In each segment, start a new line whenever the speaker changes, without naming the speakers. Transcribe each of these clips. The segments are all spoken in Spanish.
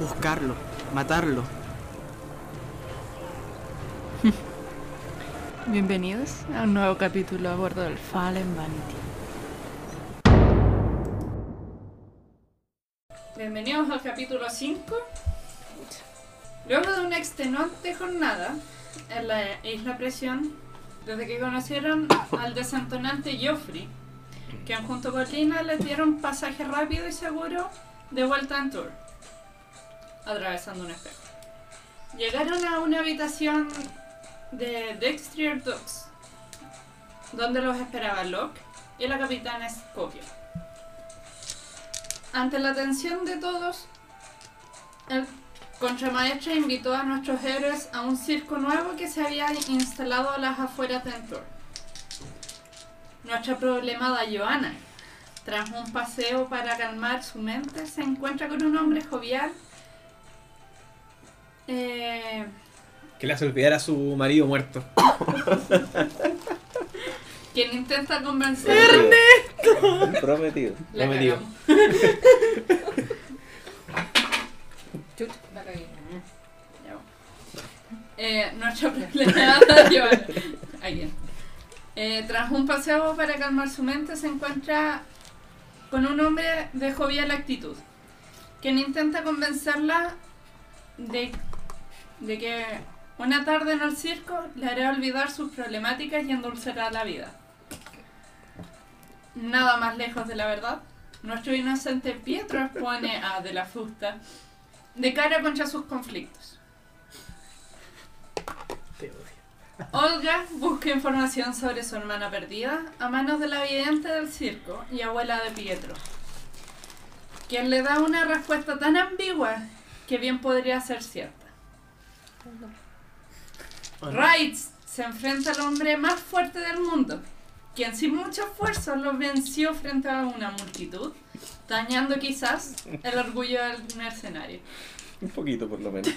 buscarlo, matarlo.
Bienvenidos a un nuevo capítulo a bordo del Fallen Vanity. Bienvenidos al capítulo 5. Luego de una extenuante jornada en la isla Presión, desde que conocieron al desentonante Joffrey, que junto con Lina les dieron pasaje rápido y seguro de vuelta en Tour, atravesando un espejo. Llegaron a una habitación de Dextrier Dogs, donde los esperaba Locke y la capitana Scopio. Ante la atención de todos, el contramaestre invitó a nuestros héroes a un circo nuevo que se había instalado a las afueras de Entor. Nuestra problemada Joana, tras un paseo para calmar su mente, se encuentra con un hombre jovial eh,
Que le hace olvidar a su marido muerto.
quien intenta convencer.
Prometido.
La
No me digas.
cagamos. Chut, la cagué. Ya va. Eh, nuestro problema Joana. Alguien. Eh, tras un paseo para calmar su mente, se encuentra con un hombre de jovial actitud, quien intenta convencerla de, de que una tarde en el circo le hará olvidar sus problemáticas y endulcerá la vida. Nada más lejos de la verdad. Nuestro inocente Pietro expone a De la Fusta de cara contra sus conflictos. Olga busca información sobre su hermana perdida a manos de la vidente del circo y abuela de Pietro, quien le da una respuesta tan ambigua que bien podría ser cierta. Raids se enfrenta al hombre más fuerte del mundo, quien sin mucho esfuerzo lo venció frente a una multitud, dañando quizás el orgullo del mercenario.
Un poquito por lo menos.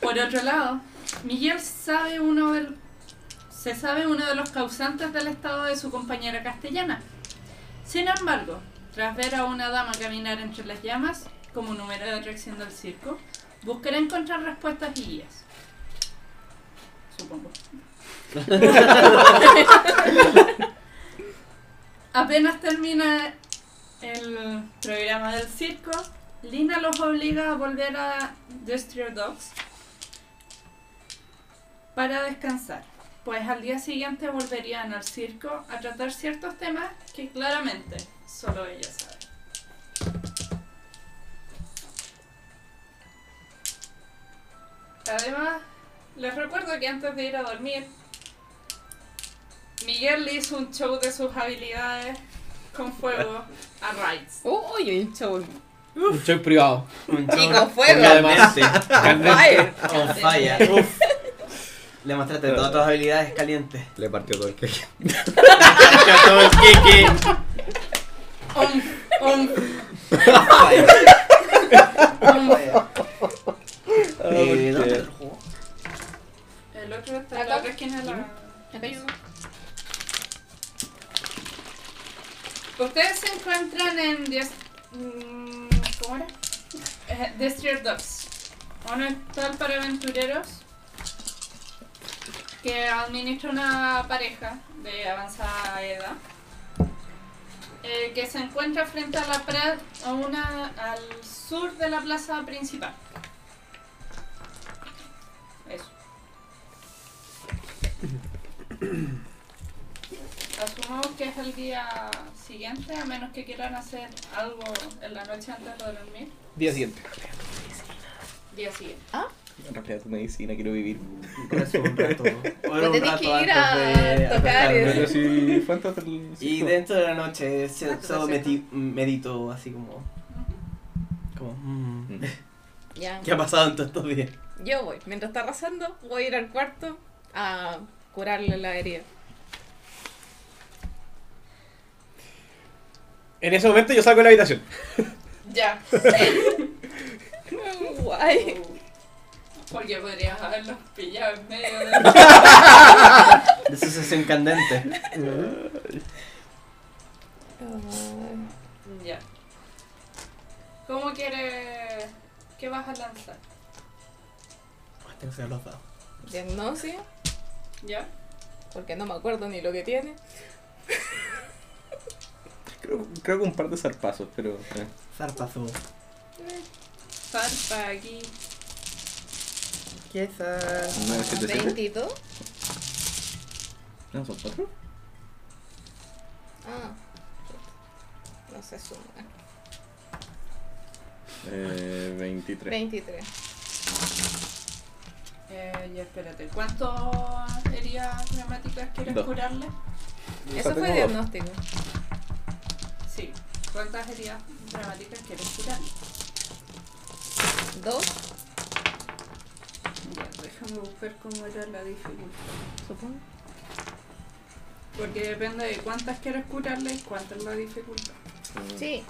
Por otro lado, Miguel sabe uno del- se sabe uno de los causantes del estado de su compañera castellana. Sin embargo, tras ver a una dama caminar entre las llamas, como número de atracción del circo, buscará encontrar respuestas y guías. Supongo. Apenas termina el programa del circo, Lina los obliga a volver a Destroyer Dogs para descansar, pues al día siguiente volverían al circo a tratar ciertos temas que claramente solo ella sabe. Además, les recuerdo que antes de ir a dormir, Miguel le hizo un show de sus habilidades con fuego a Raids.
Uy, un show.
Un show privado.
Y con
Con lo
fuego.
demás,
Fire.
on fire.
Le mostraste todas tus habilidades calientes.
Le partió todo el queje.
On, on, on-
Eh, ¿dónde lo jugó?
El otro está en la otra esquina de la.
Acá hay uno.
Ustedes se encuentran en. Diez... mm, ¿Cómo era? Eh, Destrier Dogs. Un hospital para aventureros que administra una pareja de avanzada edad eh, que se encuentra frente a la pra- a una, al sur de la plaza principal. Eso. Asumamos que es el día siguiente, a menos que quieran hacer algo en la noche antes de dormir.
Día siguiente.
Día siguiente.
En realidad tu medicina, quiero vivir.
Rezo un rato.
Pues
un
tenés
rato
que ir
antes
a
de
tocar
acostarme.
el-
Pero si fue antes del
Y
circo.
dentro de la noche se-
Ah, pero
solo
sí.
meti- medito así como,
como, mm,
Ya.
¿qué ha pasado en todos estos días?
Yo voy. Mientras está arrasando, voy a ir al cuarto a curarle la herida.
En ese momento yo salgo de la habitación.
Ya.
Guay.
Porque Pues podrías haberlos pillado en medio de.
Desasociación candente.
ya. ¿Cómo quieres.? ¿Qué vas a lanzar?
Ah, Tengo que sacar los dados.
Diagnosia,
¿Ya?
porque no me acuerdo ni lo que tiene.
Creo, creo que un par de zarpazos, pero. eh.
Zarpazo.
Zarpa aquí.
Quizás.
Nueve, siete, siete.
22.
No, son cuatro.
Ah. No se suma.
Eh, 23.
23.
Eh, ya espérate. ¿Cuántas heridas dramáticas quieres
Dos.
curarle?
Eso fue
tengo dos.
diagnóstico.
Sí. ¿Cuántas heridas dramáticas quieres curarle?
2,
Ya, déjame buscar cómo era la dificultad.
supongo.
Porque depende de cuántas quieres curarle y cuánta es la dificultad.
Sí.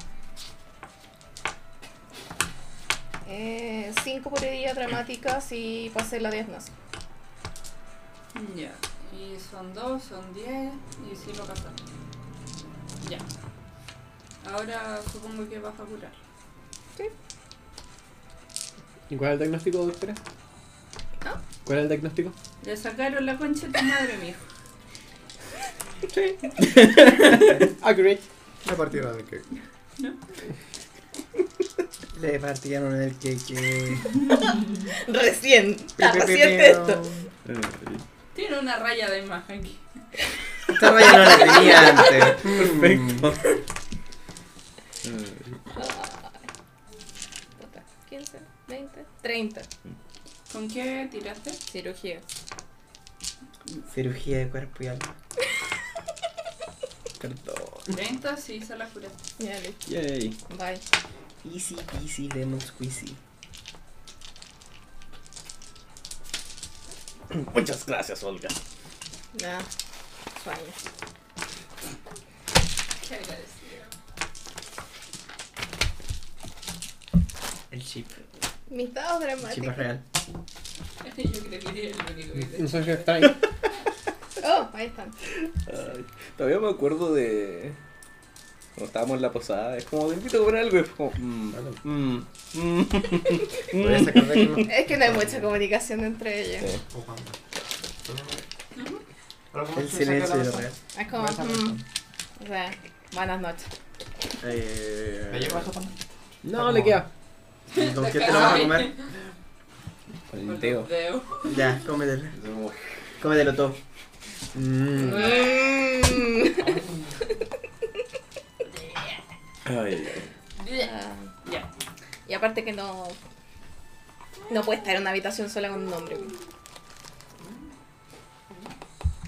5 por herida Eh, dramáticas y pasé la diagnóstico.
Ya. Y son dos, son diez, y sí lo pasaron. Ya. Ahora supongo que vas a curar.
¿Y cuál es el diagnóstico, doctora?
¿Ah?
¿Cuál es el diagnóstico?
Le sacaron la concha de tu madre, mijo.
Accurate.
Me partieron el cake.
Le partieron el queque.
Recién. Está
Pi, pi, pi,
reciente
piu.
Ah, esto.
Eh,
Tiene una raya de más aquí.
Esta raya no la tenía antes.
Perfecto. Eh,
Puta, 15, 20, 30.
¿Con qué tiraste?
Cirugía.
Mm. Cirugía de cuerpo y alma. Perdón.
30, sí, se la curaste.
Ya listo.
Yay.
Bye.
Easy peasy lemon squeezy.
Muchas gracias, Olga.
Nah. Sueño.
Qué agradecido.
El chip.
Mis dados
El chip es
dramáticos.
real.
Yo creo que era el único que te-
Insurgent Time.
Oh, ahí están.
Ay, todavía me acuerdo de. Cuando estábamos en la posada, es como te invito a comer algo y es como. Mmm, mmm, mmm.
Voy a sacar de aquí unos-
Es que no hay mucha comunicación entre ellos.
Pero como
El
se saca
silencio
la
y lo
mesa,
real.
Es como.
Buenas tardes.
mm, o sea, buenas noches.
Eh,
¿Me llevo eso, panda?
No, le queda.
¿y ¿Con qué te lo vas a comer?
Con
Con
el dedo.
los dedos.
Ya, cómetelo.
Es como,
Cómetelo todo. Mmm.
Mm.
Ay,
Ah,
Ya.
y aparte que no. No puede estar en una habitación sola con un hombre.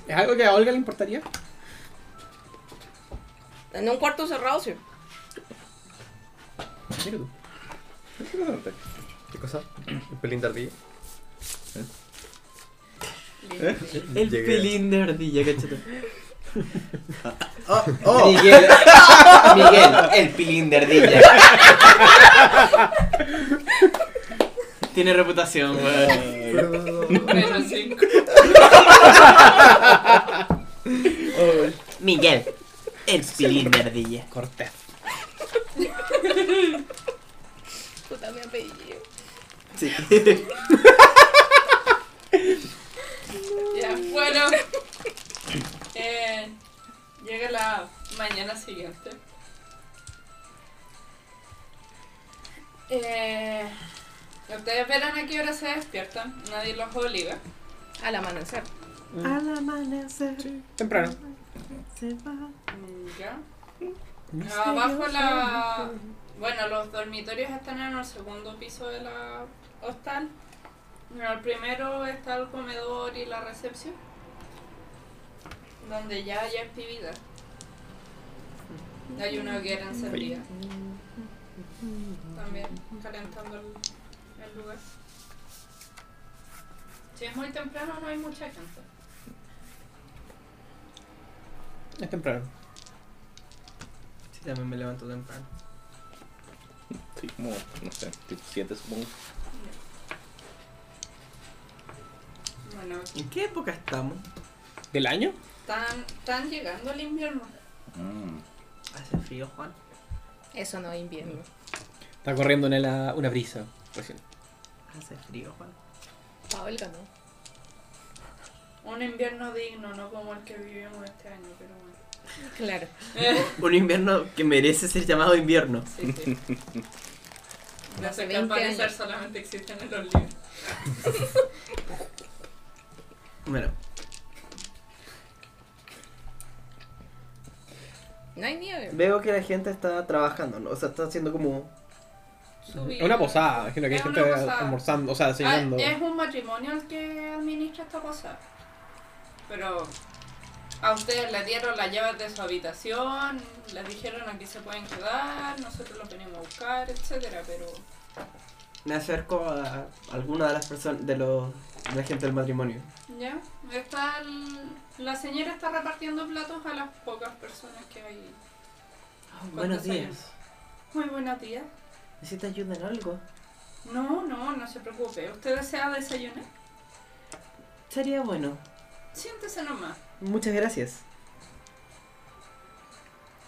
¿Es algo que a Olga le importaría?
En un cuarto cerrado, sí.
Mira tú.
interesante.
¿Qué cosa? ¿Un pelín de ardilla?
El
Llegué.
pelín de ardilla, cachate. Ah,
Oh, oh.
Miguel, Miguel, el pilín de ardilla. Tiene reputación, weón.
Menos 5.
Miguel, el pilín de ardilla.
Cortés.
Puta, mi apellido.
Sí.
Ya, bueno. Eh, llega la mañana siguiente. Eh, ustedes verán a qué hora se despiertan. Nadie los obliga.
Al amanecer.
Temprano.
Mm, Ya. Abajo la... Bueno, los dormitorios están en el segundo piso de la hostal. En el primero está el comedor y la recepción. Donde ya hay actividad. Hay una hoguera encendida. También calentando el, el lugar. Si es muy temprano, no hay mucha gente.
Es temprano.
Sí, también me levanto temprano.
Sí, como, no sé, tipo 7 supongo.
Bueno,
¿En qué época estamos?
¿Del año?
están, están llegando al invierno.
Hace frío, Juan.
Eso no es invierno.
Está corriendo una, la- una brisa. Recién.
Hace frío, Juan.
Pa' Olga no.
Un invierno digno, no como el que vivimos este año, pero bueno.
Claro.
Un invierno que merece ser llamado invierno.
Sí, sí. Las
Hace
que
20
al parecer
años.
solamente existen en los libros.
Bueno,
No hay nieve.
veo que la gente está trabajando, ¿no? o sea, está haciendo como.
Subir.
Es una posada, imagino que hay
Es
gente
una posada.
almorzando, o sea,
Ah,
desayunando.
es un matrimonio el que administra esta posada. Pero a ustedes les dieron las llaves de su habitación, les dijeron aquí se pueden quedar, nosotros los venimos a buscar, etcétera, pero
Me acerco a alguna de las personas, de, los, de la gente del matrimonio.
ya, está el- la señora está repartiendo platos a las pocas personas que hay.
buenos
¿Cuántos años?
días.
Muy buena tía.
¿Necesita ayuda en algo?
No, no, no se preocupe. ¿Usted desea desayunar?
Sería bueno.
Siéntese nomás.
Muchas gracias.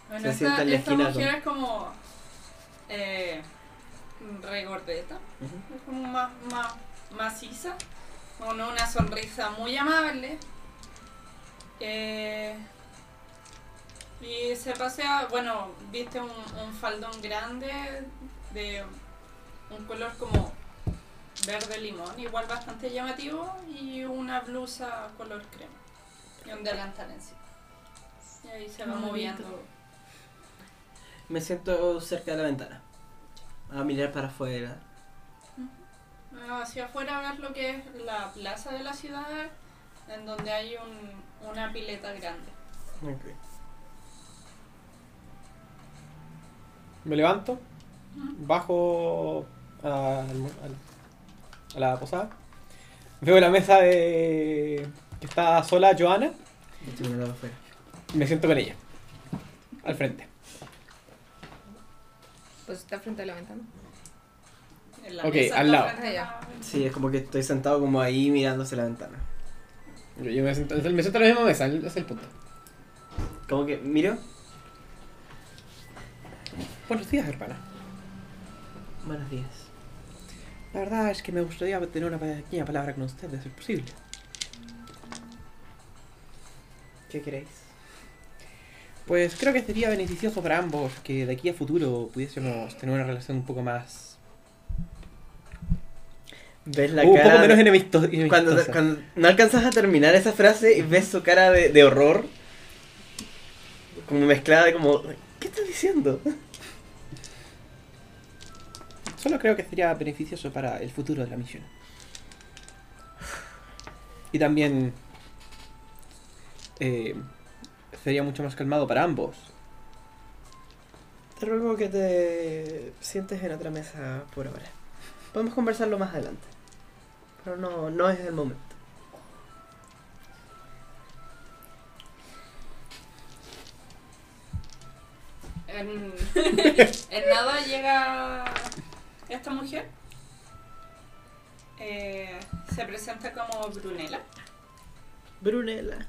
Bueno,
Se sienta
esta,
en la
esta
esquina
mujer es como eh, regordeta,
Ujú.
es como más, más maciza, con una sonrisa muy amable. Eh, y se pasea, bueno, viste un, un faldón grande de un color como verde limón, igual bastante llamativo, y una blusa color crema, y un delantal encima. Y ahí se va
Muy
moviendo.
Me siento cerca de la ventana. A mirar para afuera.
Hacia afuera ver lo que es la plaza de la ciudad, en donde hay un- una pileta grande.
Me levanto,
Ujú.
bajo a, al- a la posada. Veo la mesa de. que está sola Joana.
Estoy mirando afuera.
y Me siento con ella. Al frente.
Pues está frente a la ventana.
En la
Ok,
mesa
al
está
lado.
Ah,
frente a-
Sí, es como que estoy sentado como ahí mirando hacia la ventana.
Yo, yo me, siento, me siento en la misma mesa, ese es el punto.
Como que miro.
Buenos días, hermana.
Buenos días.
La verdad es que me gustaría tener una pequeña palabra con usted, de ser posible.
¿Qué queréis?
Pues creo que sería beneficioso para ambos que de aquí a futuro pudiésemos tener una relación un poco más. Uh,
¿Ves la
un
cara?
poco
de-
menos enemisto- enemistosa.
cuando, cuando no alcanzas a terminar esa frase y ves su cara de, de horror. Como mezclada de como. ¿Qué estás diciendo?
Solo creo que sería beneficioso para el futuro de la misión. Y también eh, sería mucho más calmado para ambos.
Te ruego que te sientes en otra mesa por ahora. Podemos conversarlo más adelante. Pero no, no es el momento.
En, en nada llega esta mujer. Eh, se presenta como Brunela
Brunella.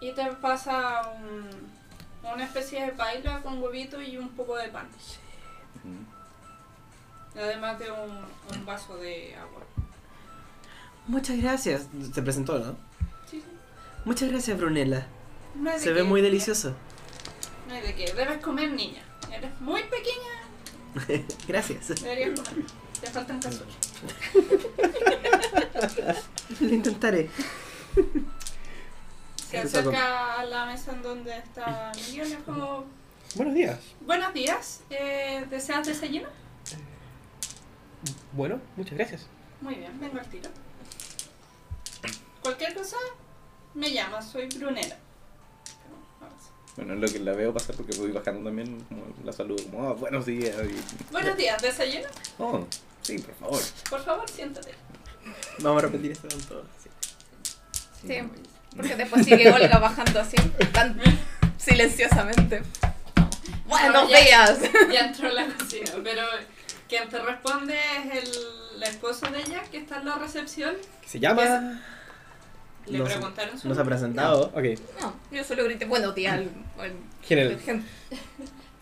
y te pasa un- una especie de paila con huevito y un poco de pan. Además de un, un vaso de agua.
Muchas gracias. Se presentó, ¿no?
Sí, sí.
Muchas gracias, Brunella.
No hay de
Se
qué.
ve muy delicioso.
No hay de qué. Debes comer, niña. Eres muy pequeña.
Gracias.
Deberías comer. Te faltan calzones.
Lo intentaré.
Se
Eso está
acerca a la mesa en donde está Miguel. Es como,
Buenos días.
buenos días. eh, ¿Deseas desayuno?
Bueno, muchas gracias.
Muy bien, vengo al tiro. Cualquier cosa, me llamas. Soy Brunella. Pero, avanza.
Bueno, es lo que la veo pasar porque voy bajando también, como la saludo como, "Ah, buenos días. y-
Buenos días, ¿desayuno?
Oh, sí, por favor.
Por favor, siéntate.
Vamos a repetir esto con todos. sí.
Sí, porque después sigue Olga bajando así, tan silenciosamente. Buenos
No, ya-
días.
Ya entró la cocina, pero quien te responde es el, la esposa de ella que está en la recepción.
¿Qué se llama?
Le
No se-
preguntaron su
Nos ha presentado.
Oh, Ok.
No, yo solo grité buenos días al, al-
General.
al-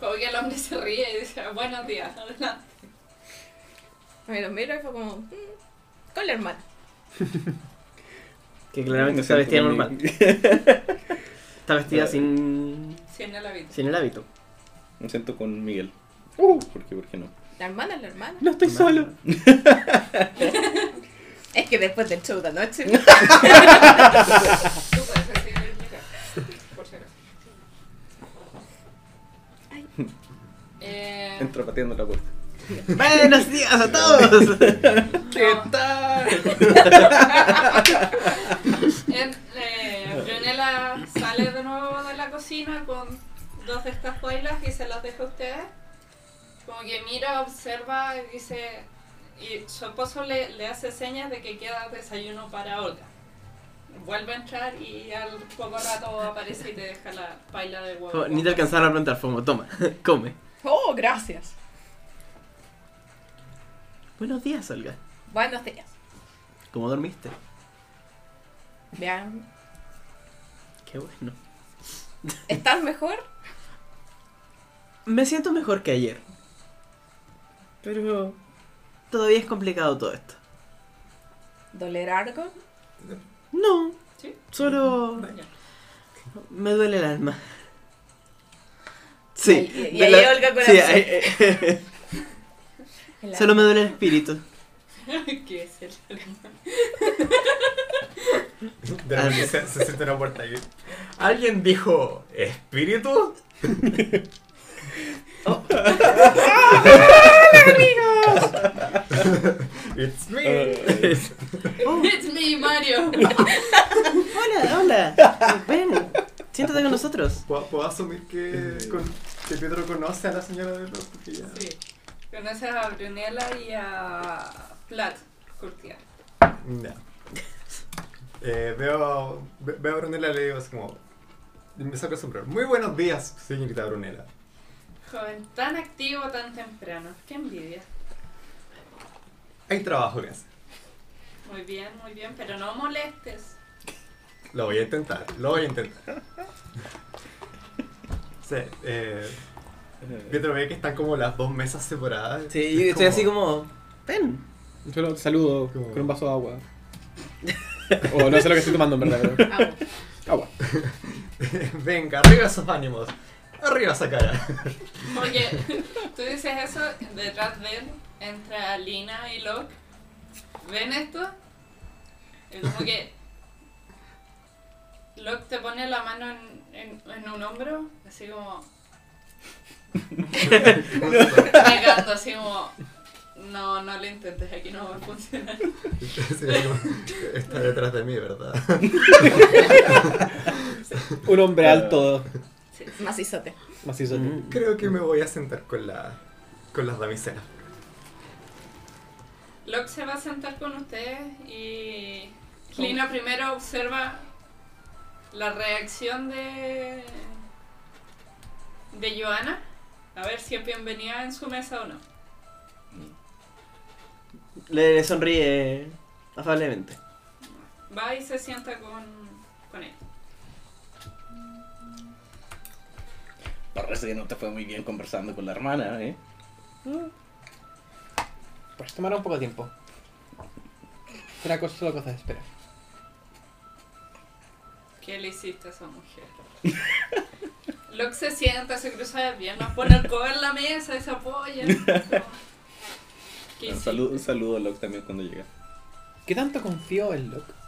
Como que el hombre se ríe y dice, buenos días, adelante.
Me lo miro y fue como. "Mm, con la hermana.
Que claramente
Me
está vestida
siento
normal. Está vestida sin,
Sí, en el hábito.
sin el hábito.
Me siento con Miguel.
Uh,
¿Por qué? ¿Por qué no?
La hermana es la hermana.
no estoy solo.
Es que después del show de anoche.
Tú puedes decir, mira, por si acaso. Eh,
Entro pateando la puerta.
¡Buenos días a todos!
no,
tal?
en- eh, Brunella sale de nuevo de la cocina con dos de estas boilas y se las deja a ustedes. Como que mira, observa y dice. Y su esposo le, le hace señas de que queda desayuno para Olga. Vuelve a entrar y al poco rato aparece y te deja la paila de huevo.
Oh, Ni te alcanzaron a plantar fomo. Toma, come.
oh, gracias.
Buenos días, Olga.
Buenos días.
¿Cómo dormiste?
Vean.
Qué bueno.
¿Están mejor?
Me siento mejor que ayer. Pero todavía es complicado todo esto.
¿Doler algo?
No,
¿Sí?
solo
Ya.
me duele el alma. Sí.
Y- y
de
ahí Olga con
sí,
la-
ahí- eh,
El-
solo me duele el espíritu.
¿Qué es el alma?
De
Ah,
repente se, se siente una puerta ahí. ¿Alguien dijo espíritu? It's me.
Oh,
It's me, Mario.
hola, hola. Ven, siéntate con nosotros.
¿Puedo, puedo asumir que,
Eh.
con- que Pedro conoce a la señora de los porque ya.
Sí. Conoces a Brunella y a Plat, Curtia.
Ya. Eh, veo, ve- veo a Brunella y le digo así como. y Me saco el sombrero. Muy buenos días, señorita Brunella.
Joven, tan activo tan temprano. Qué envidia.
Hay trabajo que hacer.
Muy bien, muy bien, pero no molestes.
Lo voy a intentar, lo voy a intentar. Sí, eh, Pietro ve que están como las dos mesas separadas.
Sí, yo
Es
estoy así como. Ven.
Yo lo saludo
¿Cómo?
con un vaso de agua. O no sé lo que estoy tomando en verdad, pero.
Agua.
Agua.
Venga, arriba esos ánimos. Arriba esa cara.
Oye, tú dices eso, detrás de él entra Lina y Locke. ¿Ven esto? Es como que. Locke te pone la mano en, en- en un hombro, así como. negando, así como. No, no lo intentes, aquí no va a funcionar.
Sí, como, está detrás de mí, ¿verdad?
Un hombre
Ah.
alto
Macizote.
macizo.
Mm.
Creo que me voy a sentar con, la, con las damiselas.
Locke se va a sentar con ustedes y Lina primero observa la reacción de de Joana a ver si es bienvenida en su mesa o no.
Le sonríe afablemente.
Va y se sienta con, con él.
Parece que no te fue muy bien conversando con la hermana, ¿eh?
Pues tomará un poco de tiempo. Será cosa- solo cosa de esperar.
¿Qué le hiciste a esa mujer? Locke se sienta, se cruza de piernas, pone el codo en la mesa y se apoya. ¿Qué
Un
hiciste?
saludo, un saludo a Locke también cuando llega.
¿Qué tanto confío en Locke?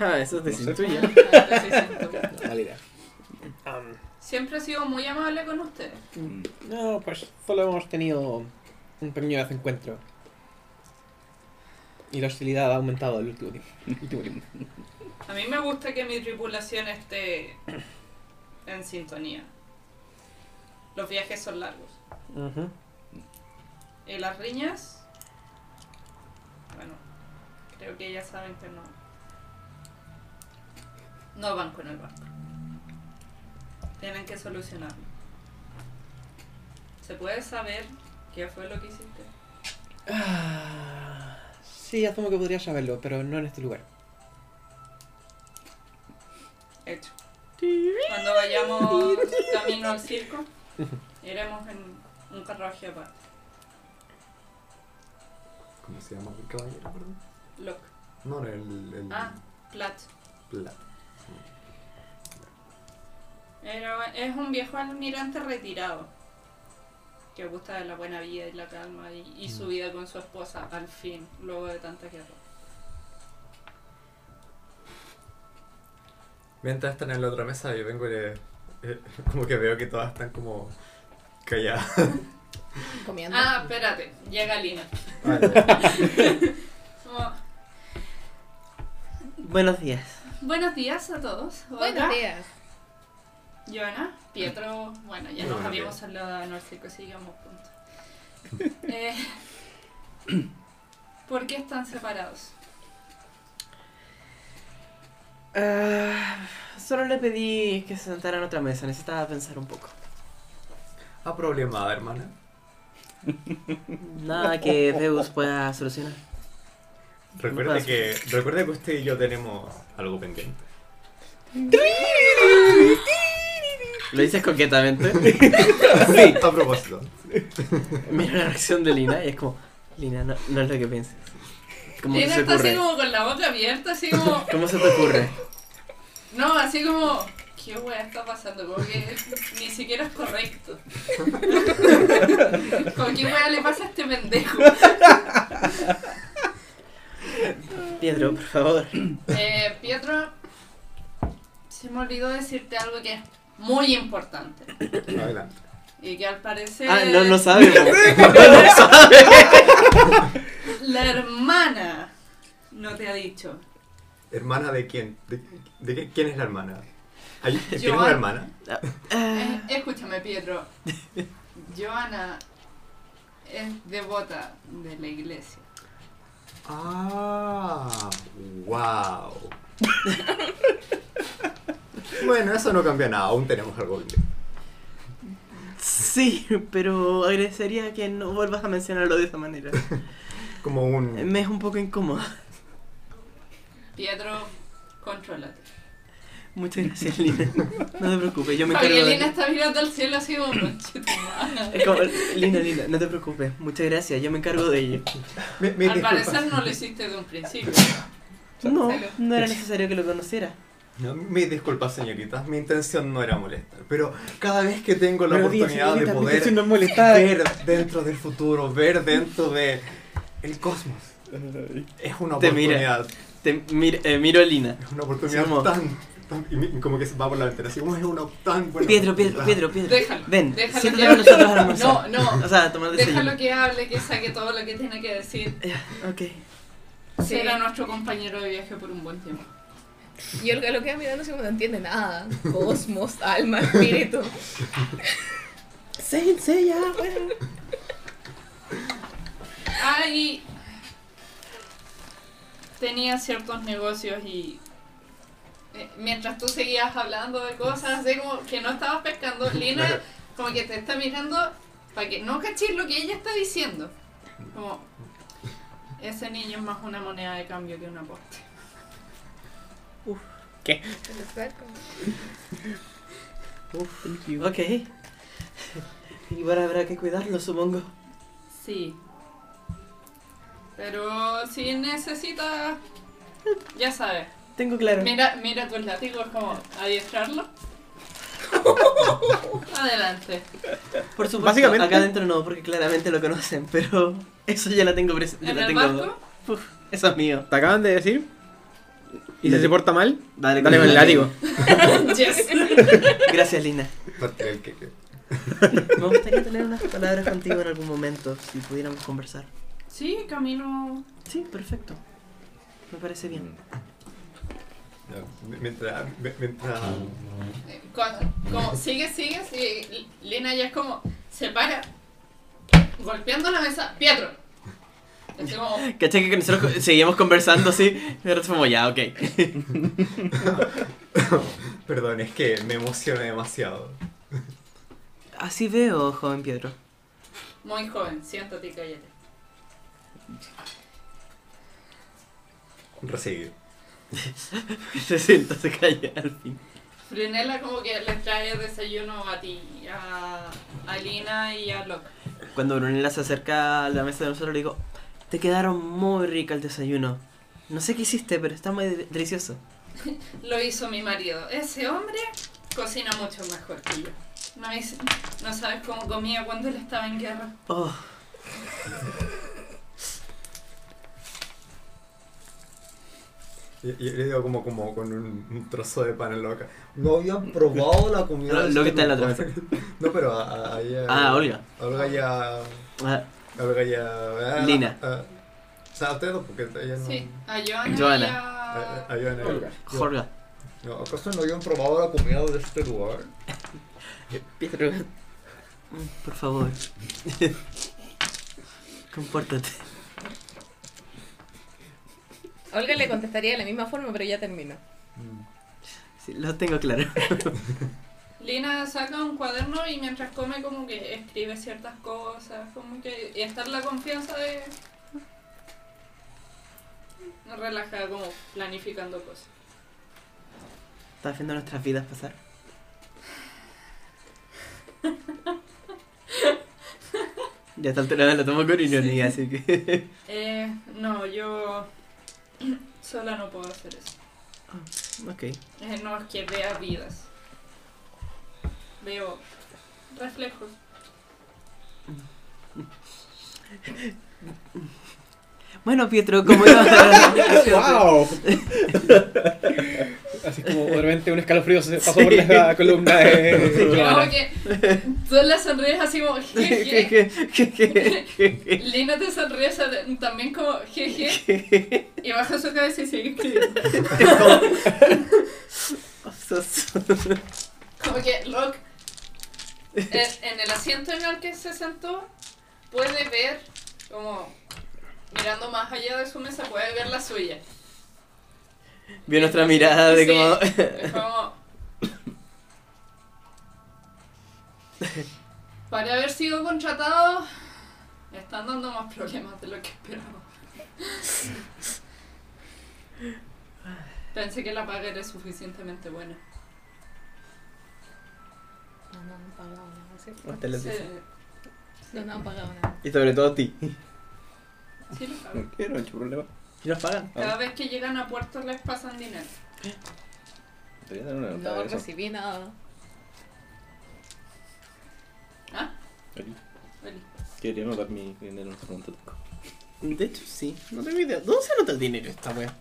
Ah, eso te
No sé.
desintuye.
Ah, sí, siento.
No, mala idea.
Siempre ha sido muy amable con ustedes.
Mm.
No, pues solo hemos tenido un pequeño desencuentro. Y la hostilidad ha aumentado el último tiempo. Último tiempo.
A mí me gusta que mi tripulación esté en sintonía. Los viajes son largos.
Ujú.
Y las riñas. Bueno, creo que ya saben que no. No van con el barco. Tienen que solucionarlo. ¿Se puede saber qué fue lo que hiciste?
Ah, Sí, asumo que podría saberlo, pero no en este lugar.
Hecho. Cuando vayamos camino al circo, iremos en un carruaje aparte.
¿Cómo se llama el caballero, perdón?
Look.
No, no, el. el
Ah, Plat.
Plata.
Pero es un viejo almirante retirado que gusta de la buena vida y la calma y, y
Mm.
su vida con su esposa al fin, luego de tanta guerra.
Mientras están en la otra mesa, yo vengo y le- eh, como que veo que todas están como calladas.
comiendo.
Ah, espérate, llega Lina.
Vale.
Como,
Buenos días.
Buenos días a todos.
Buenos
Olga,
días.
Joana, Pietro, bueno, ya
Buenos
nos habíamos
días.
hablado de Norcico, sigamos juntos. Eh, ¿Por qué están separados?
Ah, solo le pedí que se sentara en otra mesa. Necesitaba pensar un poco.
¿Ha Ah, problemada, hermana?
Nada que Zeus pueda solucionar.
Recuerde
Pasa.
que, recuerde que usted y yo tenemos algo pendiente.
Lo dices coquetamente.
A propósito.
Mira la reacción de Lina y es como, Lina, no, no es lo que pienses. ¿Cómo
Lina
se te
está así
ocurre?
como con la boca abierta, así como...
¿Cómo se te ocurre?
No, así como, ¿qué weá está pasando? Como que ni siquiera es correcto. como, ¿qué weá le pasa a este pendejo?
Pietro, por favor.
Eh, Pietro, se me olvidó decirte algo que es muy importante.
Adelante.
Y que al parecer
Ah, no, no sabe. po. No, no sabe.
la hermana no te ha dicho.
¿Hermana de quién? ¿De, de qué- quién es la hermana? ¿Hay, ¿Tenemos
Joan.
una hermana?
Eh, escúchame, Pietro. Joana es devota de la iglesia.
Ah, wow. bueno, eso no cambia nada, aún tenemos algo pendiente.
Sí, pero agradecería que no vuelvas a mencionarlo de esa manera.
Como
Eh,
un...
Me es un poco incómodo.
Pietro, contrólate.
Muchas gracias, Lina. No te preocupes, yo me encargo
Fabiolina
de...
está mirando al cielo así como conchetumada.
Es como, Lina, Lina, no te preocupes. Muchas gracias, yo me encargo de ello.
Mi- mi
Al
disculpa.
parecer no lo hiciste de un principio.
No, no era necesario que lo conociera.
No, Mis disculpas, señoritas, mi intención no era molestar, pero cada vez que tengo la
Buenos días,
oportunidad de
señorita, mi intención
poder
no es molestar.
ver dentro del futuro, ver dentro de el cosmos, es una
Te mira.
oportunidad,
Te mir- eh, miro a Lina.
es una oportunidad
Sí, como-
tan, tan- y mi- como que se va por la ventana, así como es una tan buena
Pietro, Pietro,
oportunidad.
Pietro, Pietro.
Déjalo.
Ven,
déjalo
siéntate
que
con
hable.
nosotros a almorzar.
No, no.
O sea, a tomar desayuno.
Déjalo que hable, que saque todo lo que tiene que decir.
Ok.
Será nuestro compañero de viaje por un buen tiempo.
Y Olga lo queda mirando así como no entiende nada. Cosmos, alma, espíritu.
Sí, sí, ya, bueno.
Ay. Tenía ciertos negocios y. eh, Mientras tú seguías hablando de cosas así como que no estabas pescando, Lina como que te está mirando para que no cachis lo que ella está diciendo. Como, ese niño es más una moneda de cambio que un aporte.
Ok. Y ahora habrá que cuidarlo, supongo.
Sí. Pero si necesitas. Ya sabes.
Tengo claro.
Mira, mira tus látigos como adiestrarlo. Adelante.
Por supuesto,
Básicamente-
acá adentro no, porque claramente lo conocen, pero eso ya la tengo presente.
En
la
el
tengo...
barco,
Uf, eso es mío.
Te acaban de decir. Y si
Dale.
se porta mal,
Dale,
dale con el látigo.
yes.
Gracias, Lina.
Parte del queque.
Me gustaría tener unas palabras contigo en algún momento, si pudiéramos conversar.
Sí, camino.
Sí, perfecto. Me parece bien.
Ya, Mientras, mientras
Ah,
Eh, cuando- como sigues, sigues y Lina ya es como se para golpeando la mesa. Pietro. Así como,
¿Cachai que nosotros seguíamos conversando así? Pero fue como ya, ok.
Perdón, es que me emocioné demasiado.
Así veo, joven Pietro.
muy joven, siéntate y cállate.
Recibido.
Se sienta, se calla al fin.
Frenella como que les trae desayuno a ti, a, a Lina y a Locke.
Cuando Brunella se acerca a la mesa de nosotros, le digo: Te quedaron muy rica el desayuno. No sé qué hiciste, pero está muy de- delicioso.
Lo hizo mi marido. Ese hombre cocina mucho mejor que yo. No, hice- no sabes cómo comía cuando él estaba en guerra.
Oh.
Y, y le digo como, como con un, un trozo de pan en la boca. No había probado la comida.
Lo-
de
lo que
este
está en la otra
lugar. No, pero a, a, a ella-
Ah, Olga.
a Olga ya...
Ah,
A Olga ya... a-
Lina.
a- o sea, a ustedes dos, porque ella no...
Sí, a Joana,
Joana.
y
a-
a...
a- a Joana.
Olga.
Yo-
Jorga.
No, ¿Acaso no habían probado la comida de este lugar?
Pietro, por favor. Compórtate.
Olga le contestaría de la misma forma, pero ya terminó.
Mm. Sí, lo tengo claro.
Lina saca un cuaderno y mientras come como que escribe ciertas cosas, como que y estar la confianza de relajada como planificando cosas.
Estás viendo nuestras vidas pasar. Ya está alterada la tomo con ironía, así que.
Eh, no, yo sola no puedo hacer eso.
ok.
Eh, no es que vea vidas. Veo reflejos.
Bueno, Pietro, ¿cómo ibas?
¡Wow! Así como de repente un escalofrío se pasó por la columna de
Como
Joana.
que tú le sonríes así como
¿Qué,
jeje.
qué, qué, qué, qué,
Lina te sonríe sal- también como jeje
qué?
y baja su cabeza y sigue escribiendo.
Sos-
Como que Locke, en, en el asiento en el que se sentó, puede ver, como mirando más allá de su mesa, puede ver la suya.
Vio nuestra mirada de
Sí,
como.
es como- Para haber sido contratado, me están dando más problemas de lo que esperaba. Pensé que la paga era suficientemente buena.
No, no, no pagado nada, ¿cierto?
Usted les dice.
Sí,
No, no han pagado nada.
Y sobre todo a ti.
sí la paga.
¿Qué? No hay problema.
¿Y nos pagan?
Cada vez que llegan a puertos les pasan dinero.
Debería dar una nota
No
de eso.
recibí nada.
¿Ah?
Oli.
Oli.
Quería anotar mi dinero en este momento.
De hecho, sí. No tengo idea. ¿Dónde se anota el dinero esta wea?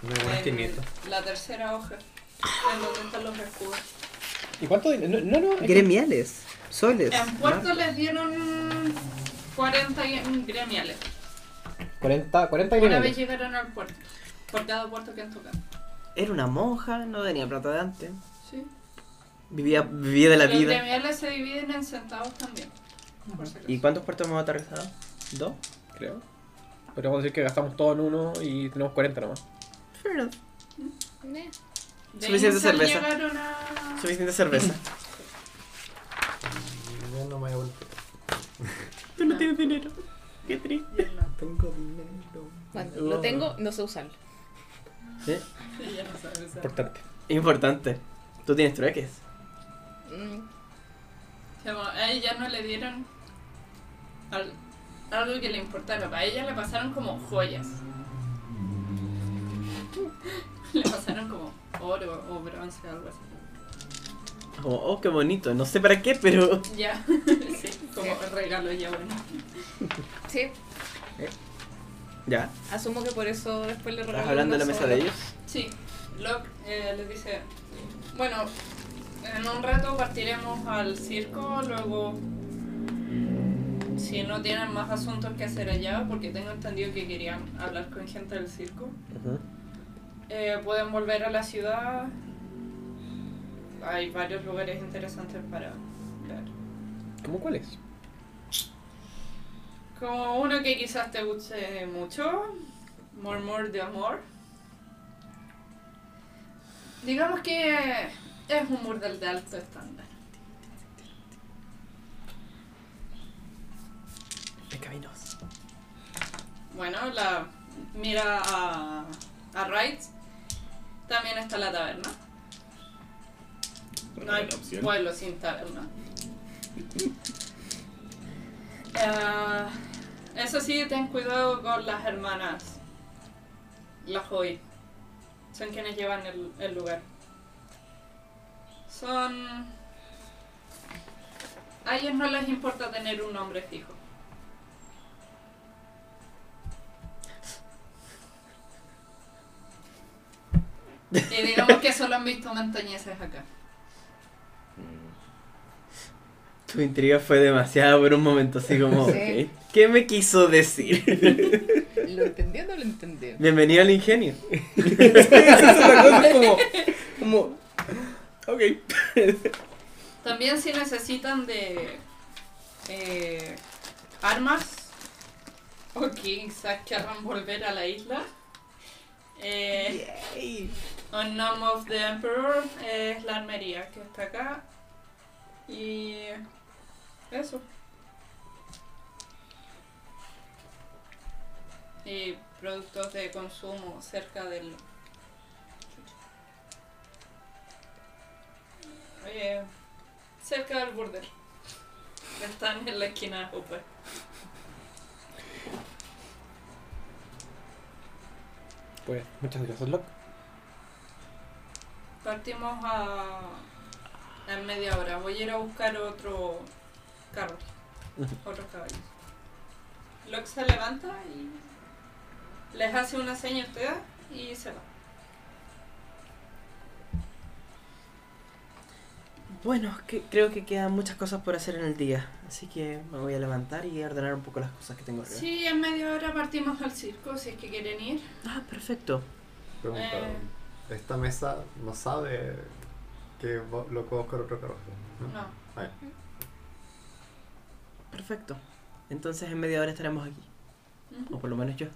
En La tercera hoja. En donde están los escudos.
¿Y cuánto dinero? No, no, no. es que-
Gremiales. Soles.
En Puerto les dieron 40 y- gremiales.
40, 40
Una vez
gremiales.
llegaron al puerto. Por cada puerto que han tocado.
Era una monja, no tenía plata de antes.
Sí.
Vivía, vivía de la
los
vida.
gremiales se dividen en centavos también. por si acaso.
¿Y cuántos puertos hemos aterrizado? ¿Dos?
Creo. Podríamos decir que gastamos todo en uno y tenemos 40 nomás.
Fair enough.
Meh.
De
Suficiente
Insel
cerveza.
Llegaron a...
Suficiente cerveza.
Yo no me he vuelto.
Tú no tienes dinero. Qué triste.
Irlanda.
Tengo dinero.
Bueno, lo tengo, no sé usarlo.
Ya no sabes, o sea,
Importante.
Importante. Tú tienes trueques.
Mm,
como A ella no le dieron al- algo que le importara. A ella le pasaron como joyas. le pasaron como oro o bronce o algo así.
Como, oh, qué bonito. No sé para qué, pero.
Ya, sí, como regalo ya bueno.
Sí,
Ya.
asumo que por eso después le
¿Estás
regaló
hablando de
un
la
vaso
mesa de
oro.
ellos?
Sí, Locke eh, les dice, bueno, en un rato partiremos al circo, luego si no tienen más asuntos que hacer allá, porque tengo entendido que querían hablar con gente del circo, eh, pueden volver a la ciudad. Hay varios lugares interesantes para ver.
¿Cómo cuál es?
Como uno que quizás te guste mucho, Murmur de Amor. Digamos que es humor del de alto estándar.
caminos.
Bueno, la mira a, a Wright. También está la taberna. No hay
opción.
pueblo sin taberna. Ah, eso sí, ten cuidado con las hermanas. Las hoy. Son quienes llevan el, el lugar. Son... A ellos no les importa tener un nombre fijo. Y digamos que solo han visto montañeses acá.
Tu intriga fue demasiada por un momento, así como,
Sí.
ok, ¿qué me quiso decir?
¿Lo entendió o no lo entendió?
Bienvenido al ingenio.
Esa es otra cosa, es como, como, ok.
También si necesitan de eh, armas o quizás querrán volver a la isla. Eh, On Name of the Emperor es la armería que está acá. Y eso. Y productos de consumo cerca del... Oye, cerca del burdel. Están en la esquina de Hooper.
Pues muchas gracias, Locke.
Partimos a... en media hora. Voy a ir a buscar otro carro. Otros caballos. Locke se levanta y les hace una seña a ustedes y se va.
Bueno, que- creo que quedan muchas cosas por hacer en el día, así que me voy a levantar y a ordenar un poco las cosas que tengo arriba.
Sí, en media hora partimos al circo si es que quieren ir.
Ah, perfecto.
Pregunta, esta mesa no sabe que vo- lo puedo buscar otro carro.
No.
Perfecto. Entonces en media hora estaremos aquí.
Ujú.
O por lo menos yo.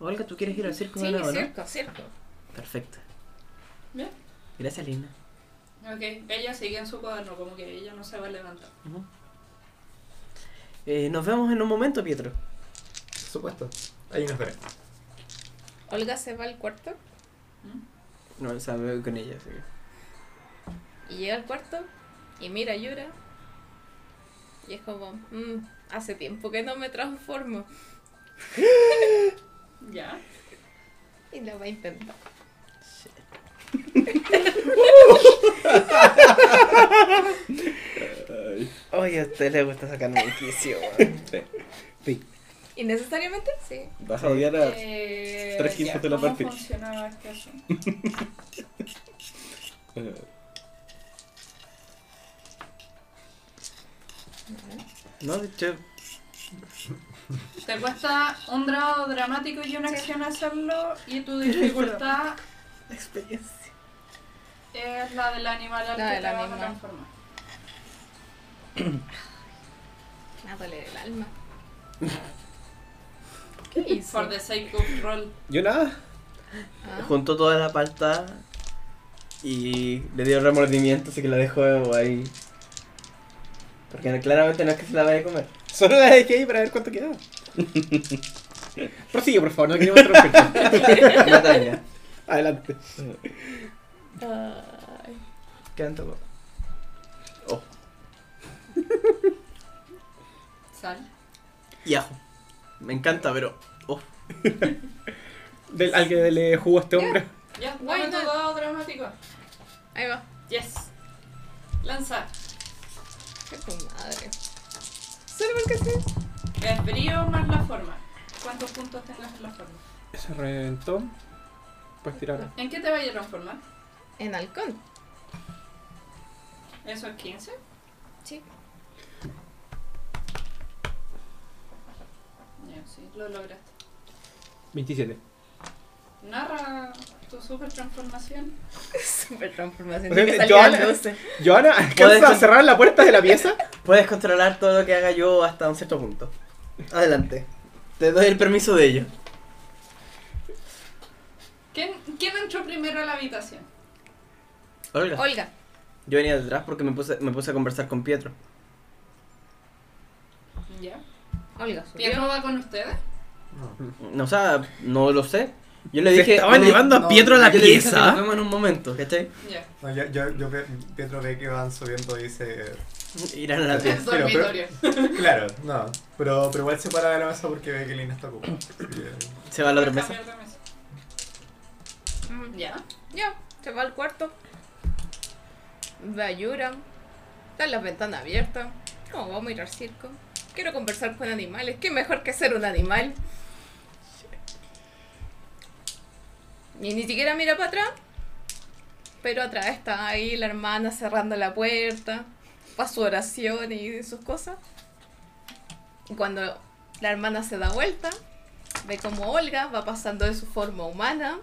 Olga, ¿tú quieres ir al circo de
Sí,
nuevo, no?
circo, circo.
Perfecto.
Bien.
Gracias, Lina.
Ok, ella sigue en su cuaderno, como que ella no se va a levantar.
Ujú. Eh, nos vemos en un momento, Pietro.
Supuesto. Ahí nos veremos.
Olga se va al cuarto
No, o sea, me voy con ella. así que-
y llega al cuarto y mira a Yura. Y es como, "Mm, hace tiempo que no me transformo.
¿Ya?
Y lo va a intentar.
Oye, a usted le gusta sacarme un quicio.
¿Y necesariamente? Sí.
Vas a odiar a...
Eh,
Tres quince
ya,
de la
¿cómo
parte.
funcionaba este asunto?
No, de hecho,
Te cuesta un grado dramático y una acción hacerlo y tu dificultad
Experiencia.
es la del animal al
La
que
del
te vas a
animal.
transformar.
Me duele el alma.
¿Qué hizo? For the sake of roll.
Yo nada.
Ah,
juntó toda la palta y le dio remordimiento, así que la dejó ahí. Porque no- claramente no es que se la vaya a comer.
Solo la dejé ahí para ver cuánto queda. Prosigue, por favor, no queremos interrumpir.
Natalia,
Adelante.
ay.
quedan todos.
Sal.
Y ajo. Me encanta, pero. oh,
Del, al que le jugó a este hombre.
Ya,
Why
dame tu
not?
dado dramático.
Ahí va.
Yes. Lanza.
Qué tu madre. Solo porque sí.
El brío más la forma. ¿Cuántos puntos tengas en la forma?
Se reventó. Puedes tirar.
¿En qué te vaya a transformar?
En halcón.
¿Eso es 15?
Sí.
Ya, sí, lo lograste.
27.
Narra tu super transformación.
Super transformación.
O sea,
que salió
Joana,
al 12.
Joana,
Puedes
¿alcanzas a
con-
cerrar la puerta de la pieza?
Puedes controlar todo lo que haga yo hasta un cierto punto. Adelante. Te doy el permiso de ello.
¿Quién, ¿Quién entró primero a la habitación?
Olga.
Olga,
Yo venía detrás porque me puse, me puse a conversar con Pietro.
¿Ya?
Olga, subió.
¿Pietro va con ustedes?
No, o sea, no lo sé. Yo le
Se
dije.
estaban
no,
llevando a
no,
Pietro a la
yo le dije,
pieza.
"Nos vemos en un momento, ¿cachai?
Ya.
No, yo, yo, yo ve- Pietro ve que van subiendo y dice. eh,
Irán a la
En
pieza.
pero-
dormitorio.
Claro, no. Pero, pero igual se para de la mesa porque ve que Lina está ocupada. Así que-
Se va a la otra
Voy a
mesa.
cambiar de mesa.
Mm,
Ya.
Ya, se va al cuarto. Ve a Yura. Están las ventanas abiertas. ¿Cómo vamos a ir al circo? Quiero conversar con animales. ¿Qué mejor que ser un animal? Y ni siquiera mira para atrás. Pero atrás está ahí la hermana cerrando la puerta. Para su oración y sus cosas. Y cuando la hermana se da vuelta, ve como Olga va pasando de su forma humana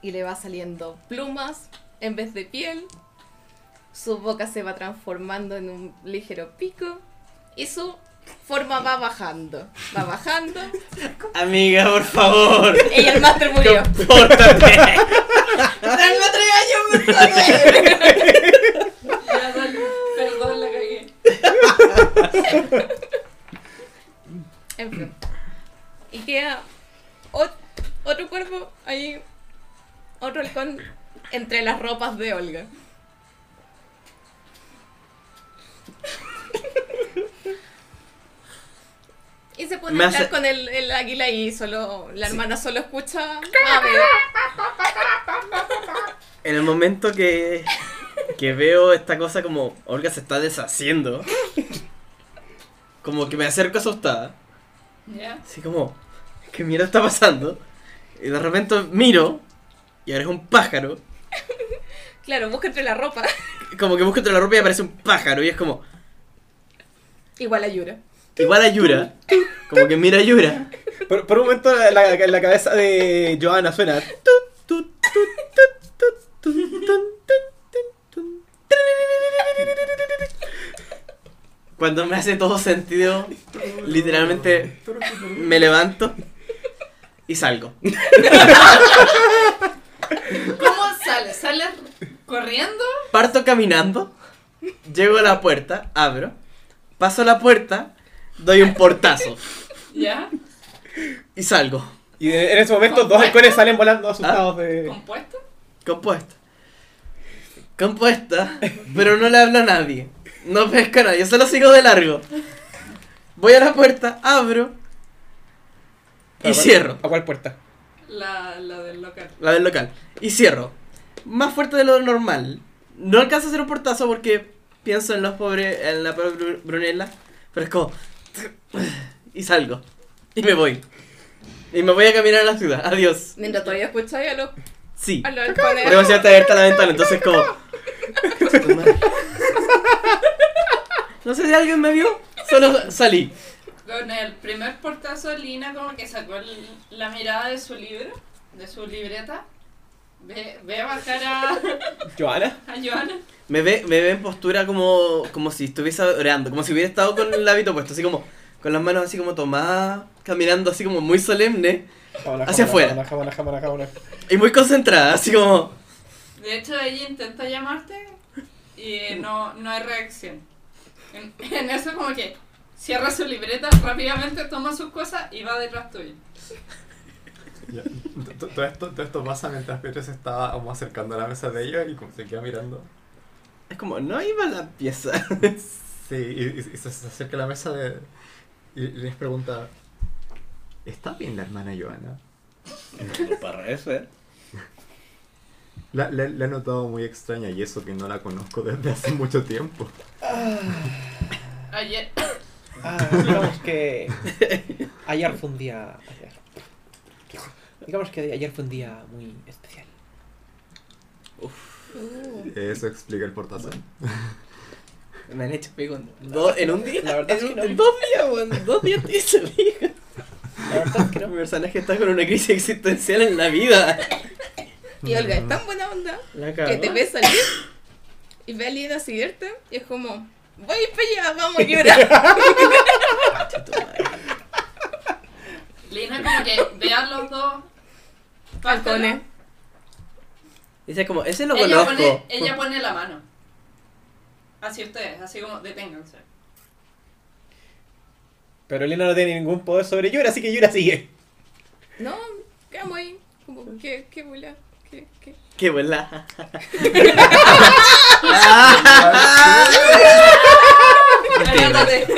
y le va saliendo plumas en vez de piel. Su boca se va transformando en un ligero pico y su forma va bajando. Va bajando.
Amiga, por favor.
y el máster murió.
Compórtate.
¡Dame tres años, por favor!
Ya, dale. Perdón, la cagué.
En fin. Y queda ot- otro cuerpo ahí. Otro halcón entre las ropas de Olga. Y se pone
Me
a hablar
hace-
con el, el águila y solo la hermana solo escucha "Ah, ave.
En el momento que, que veo esta cosa como Olga se está deshaciendo, como que me acerco asustada,
Ya.
así como, ¿qué mierda está pasando? Y de repente miro y ahora es un pájaro,
Claro, busca entre la ropa.
como que busco entre la ropa y aparece un pájaro y es como,
Igual a Yura.
igual a Yura, como que mira a Yura.
Por, por un momento la, la- la cabeza de Joana suena.
Tu, tu, tu, tu, tu, tun, tun, tun, tun. Cuando me hace todo sentido, literalmente me levanto y salgo.
¿Cómo sales? ¿Sales corriendo?
Parto caminando, llego a la puerta, abro, paso la puerta, doy un portazo
¿Ya?
y salgo.
Y de- en ese momento dos halcones salen volando
Ah.
asustados de.
¿Compuesto?
Compuesta. Compuesta, pero no le hablo a nadie. No pesca a nadie, solo sigo de largo. Voy a la puerta, abro y
¿A cuál-
cierro.
¿A cuál puerta?
La, la del local.
La del local. Y cierro. Más fuerte de lo normal. No alcanza a hacer un portazo porque pienso en los pobres, en la pobre Bru- Brunella. Pero es como... Y salgo. Y me voy. Y me voy a caminar a la ciudad. Adiós.
Mientras todavía escucháis a los,
Sí.
a los
Pero
halcones.
si está abierta la ventana, entonces como... No sé si alguien me vio. Solo salí.
Con el primer portazo, Lina como que sacó el- la mirada de su libro, de su libreta. Ve, ve a bajar a,
¿Joana?
a Joana.
Me ve, me ve en postura como, como si estuviese orando, como si hubiera estado con el hábito puesto, así como con las manos así como tomadas, caminando así como muy solemne Hacia afuera.
Joana, Joana, Joana, Joana.
y muy concentrada, así como...
De hecho, ella intenta llamarte y eh, no, no hay reacción. En, en eso como que cierra su libreta, rápidamente toma sus cosas y va detrás tuyo.
Ya, t- t- Todo esto, todo esto pasa mientras Pietro se estaba como acercando a la mesa de ellos y como se queda mirando.
Es como, no iba a la pieza.
Sí, y, y- y se se acerca a la mesa de, y les pregunta, ¿está bien la hermana Joana?
Parece.
La, la, la he notado muy extraña y eso que no la conozco desde hace mucho tiempo.
Ayer,
Ah, digamos que. Ayer fue un día. Ayer. Digamos que ayer fue un día muy especial.
Eso explica el portazo.
Me han hecho pico en, dos- en un día.
La verdad
en,
es que
un-
no.
en dos días, weón. en Dos días te hice pico.
La
Mi personaje está con una crisis existencial en la vida.
Y Olga es tan buena onda
La
que te ve salir y ve a alguien a seguirte y es como, voy para allá, vamos a llorar.
Lina como que vean los dos.
Falcones.
Dice como, ese lo
ella,
conozco.
pone, ella pone la mano. Así ustedes, así como deténganse.
Pero Lina no tiene ningún poder sobre Yura, así que Yura sigue.
No, quedamos ahí. Como, ¿qué, qué bola? ¿Qué, qué?
Qué buena.
Agárrate.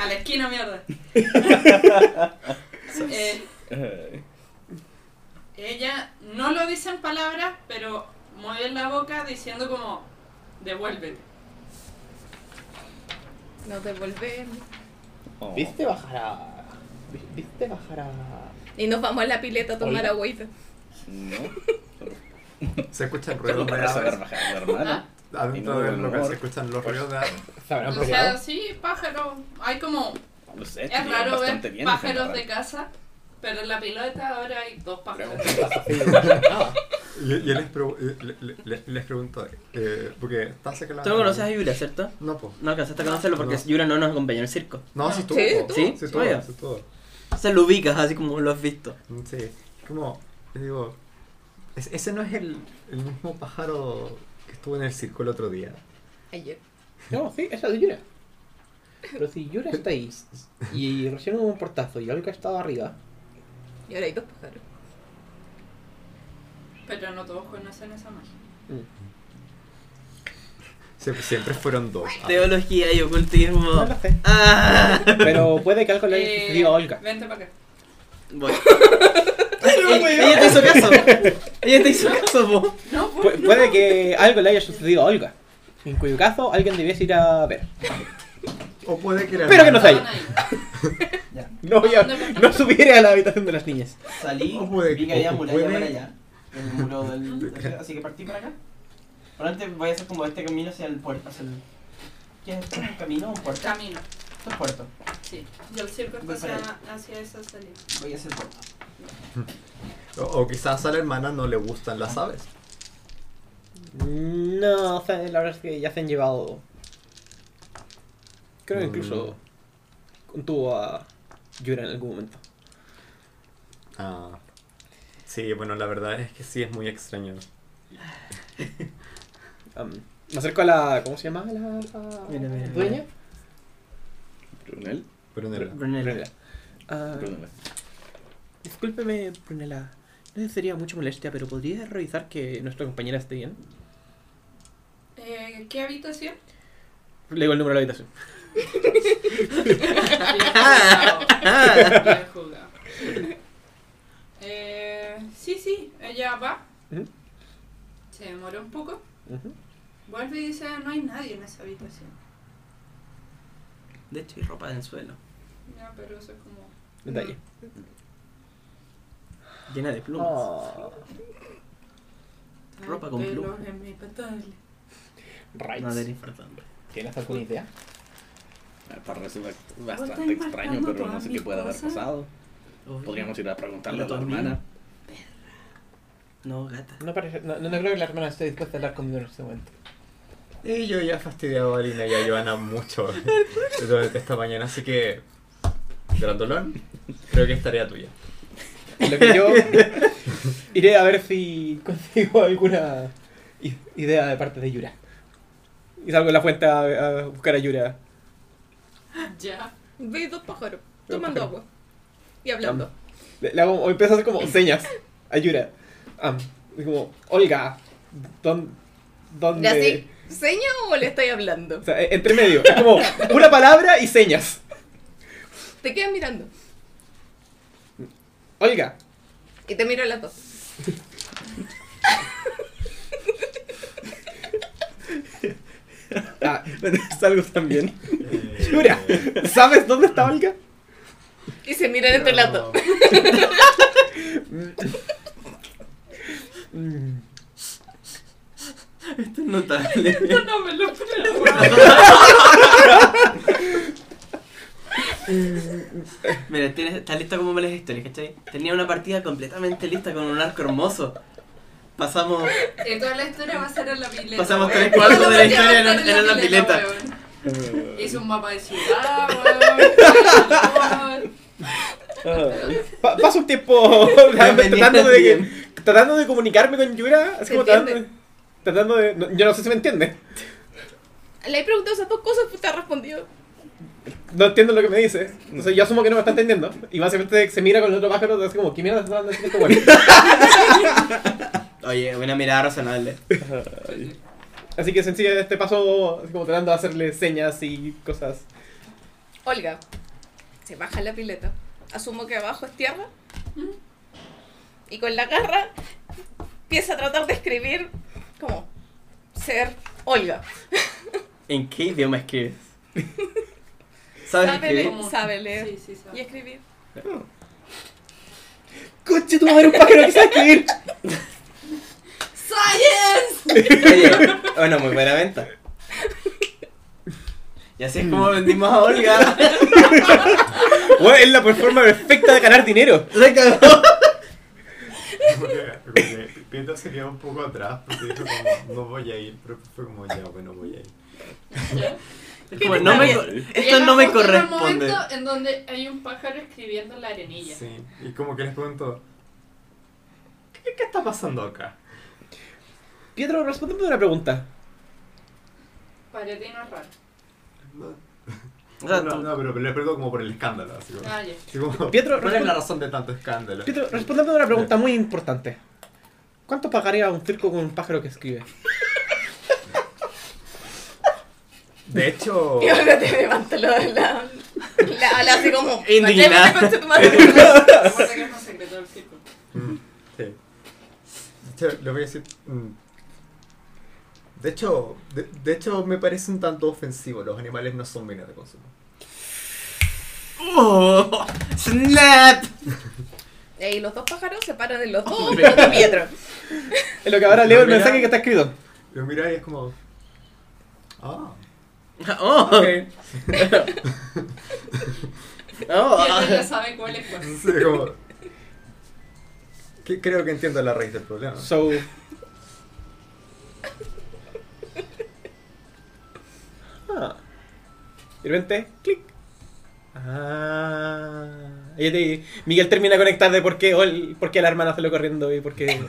A la esquina, mierda. Eh, ella no lo dice en palabras, pero mueve la boca diciendo como, devuélvete.
Nos devolvemos.
Oh.
¿Viste bajar a. vi- ¿Viste bajar a.
Y nos vamos a la pileta a tomar agüita.
No.
Se escuchan
Pero
ruidos de
para saber
aves.
bajar, hermano.
Adentro
Ningún
del local
rumor.
se escuchan los ruidos de aves.
¿Se habrán
O sea,
peleado?
sí, pájaro. Hay como,
No sé,
Ah. es
estuvieron
raro
bastante
ver
bien,
pájaros
en
de
general.
casa, pero en la pilota ahora hay dos pájaros.
Ah,
Y, y les, pregu- le- le- le- les pregunto, eh, porque está cerca la.
Tú no conoces a Yura, ¿cierto?
No, po.
No alcanzaste a conocerlo porque
No.
Yura no nos acompañó en el circo.
No, sí, tú.
Sí,
po.
tú.
¿Sí?
Sí,
Oye.
todo, sí, todo.
Se lo ubicas así como lo has visto.
Sí, como, le digo, "Es- ese no es el, el mismo pájaro que estuvo en el circo el otro día.
Ayer.
No, sí, esa es Yura. Pero si Yura está ahí y recién hubo un portazo y Olga estaba arriba.
Y ahora hay dos pájaros.
Pero no todos conocen esa magia.
Siempre, siempre fueron dos. Ah,
Teología y ocultismo.
No lo sé.
Ah.
Pero puede que algo le haya
Eh,
sucedido a Olga.
Vente para acá.
Bueno. ella, ella te hizo caso. Ella te hizo caso, po.
No, pues,
Pu- puede que algo le haya sucedido a Olga. En cuyo caso alguien debiese ir a ver.
O puede que la
Espero que no
hermana-
sea yo.
ahí.
No, voy a- no subiré a la habitación de las niñas.
Salí,
O puede-
vi que había
o
muralla
puede-
para allá, el muro del... Así que partí para acá. Pero antes voy a hacer como este camino hacia el puerto, hacia el... ¿Qué es esto? ¿Un camino o un puerto?
Camino,
Esto es puerto.
sí. Y el circo está
Voy para
hacia, hacia esa salida.
Voy hacia el puerto.
O, o quizás a la hermana no le gustan las aves.
No, o sea, la verdad es que ya se han llevado. Creo que incluso contuvo a Yura en algún momento.
Ah. Sí, bueno, la verdad es que sí es muy extraño.
Am, me acerco a la. ¿Cómo se llama? La, la
Mira, mira,
dueña.
Brunel,
Pero no,
Brunel.
Brunella. Ah,
Brunel.
discúlpeme, Brunella. No sería mucha molestia, pero ¿podría revisar que nuestra compañera esté bien?
Eh, ¿Qué habitación?
Le digo el número de la habitación.
Bien jugado. Bien jugado. Eh, sí, sí, ella va.
Ujú.
Se demoró un poco.
Ujú.
Vuelve y dice, no hay nadie en esa habitación.
De hecho, hay ropa en el suelo,
Ya, pero eso es como...
Detalle.
llena de plumas.
Oh,
Ropa con
Pelos
plumas.
en mi pantalón.
No
rights.
era importante.
¿Tienes alguna idea?
Hasta resulta
estás
bastante
marcando
extraño, pero no
todas
sé qué
mis
puede haber
cosas.
pasado. Podríamos ir a preguntarle a
Habla
la
tu amiga.
hermana.
No, gata.
No, parece, no, no creo que la hermana esté dispuesta a hablar conmigo en este momento.
Y yo ya he fastidiado a Alina y a Joana mucho durante esta mañana, así que. Grandolón, creo que es tarea tuya.
Lo que yo iré a ver si consigo alguna i- idea de parte de Yura. Y salgo en la fuente a, a buscar a Yura.
Ya.
Veis dos pájaros tomando agua y hablando.
Le, le hago, o empiezo a hacer como señas a Yura. Am, y como, Olga, ¿dón- ¿dónde?
¿Le hacéis seña o le estáis hablando?
O sea, e- entre medio. Es como una palabra y señas.
Te quedas mirando
Olga,
y te miro a las dos.
Ah, salgo también. Yura, ¿sabes dónde está Olga?
Y se miran entre las dos.
Mm.
Esto es notable.
No me lo esperaba.
Mira, tienes, estás lista como malas historias, ¿cachai? Tenía una partida completamente lista con un arco hermoso. Pasamos
Y toda la historia va a ser en la pileta.
Pasamos
weón.
tres cuartos de la historia en-
Va a ser
en la pileta.
weón. Hice un mapa de ciudad, weón.
Pa- paso un tiempo tratando, tratando de, que- tratando de comunicarme con Yura. Así
¿Se
como tratando, de-
entiende?
tratando de. no, yo no sé si me entiende.
Le he preguntado esas dos cosas y te ha respondido.
No entiendo lo que me dice. Entonces yo asumo que no me está entendiendo. Y básicamente se mira con los otros pájaros así como, ¿qué mierda está hablando este güey?
Oye, buena mirada razonable.
Así que sencilla este paso así como tratando de hacerle señas y cosas.
Olga, se baja en la pileta. Asumo que abajo es tierra. Y con la garra empieza a tratar de escribir como ser Olga.
¿En qué idioma escribes? ¿Sabes
Sabe
escribir?
leer, sabe leer
Sí, sí, sabe.
y escribir.
¡Conche, tú vas a ver un pájaro que sabe escribir!
¡Science!
Oye, bueno, muy buena venta. Y así es como vendimos a Olga.
Güey, es la forma perfecta de ganar dinero.
Se cagó.
Como que- como que Pietro se quedó un poco atrás porque dijo como, no voy a ir, pero fue como, ya, bueno, voy a ir.
Es como, no me co- esto
Llega
no me
justo en el
corresponde.
momento en donde hay un pájaro escribiendo en la arenilla.
Sí, y como que les pregunto, ¿qué, qué está pasando acá?
Pietro, respóndeme una pregunta.
Para ti no es raro.
No,
O sea,
no,
tú-
no, pero les pregunto como por el escándalo, así como,
Ah, ya.
así como,
Pietro,
¿cuál es la
respon-
razón de tanto escándalo?
Pietro, respóndeme una pregunta muy importante. ¿Cuánto pagaría un circo con un pájaro que escribe?
De hecho,
Y Olga te levanta la, la, la ala así como.
Indignada.
"Vaya, concha tu madre".
Recuerda que es un secreto del circo.
Mm, Sí. De hecho, le voy a decir. mm, De hecho, de, de hecho, me parece un tanto ofensivo. Los animales no son bienes de consumo.
Oh, ¡Snap!
Y los dos pájaros se paran en los dos pero de Pietro.
En lo que ahora leo el
Mira.
mensaje que está escrito.
Lo mira y es como. Ah.
Oh,
ok".
oh.
Y él ya sabe cuál es cuál.
Sí, como- que- creo que entiendo la raíz del problema.
So. Ah. De repente, clic. Ah. Ahí te- Miguel termina de conectar de por qué, Ol- por qué la hermana salió corriendo y por qué.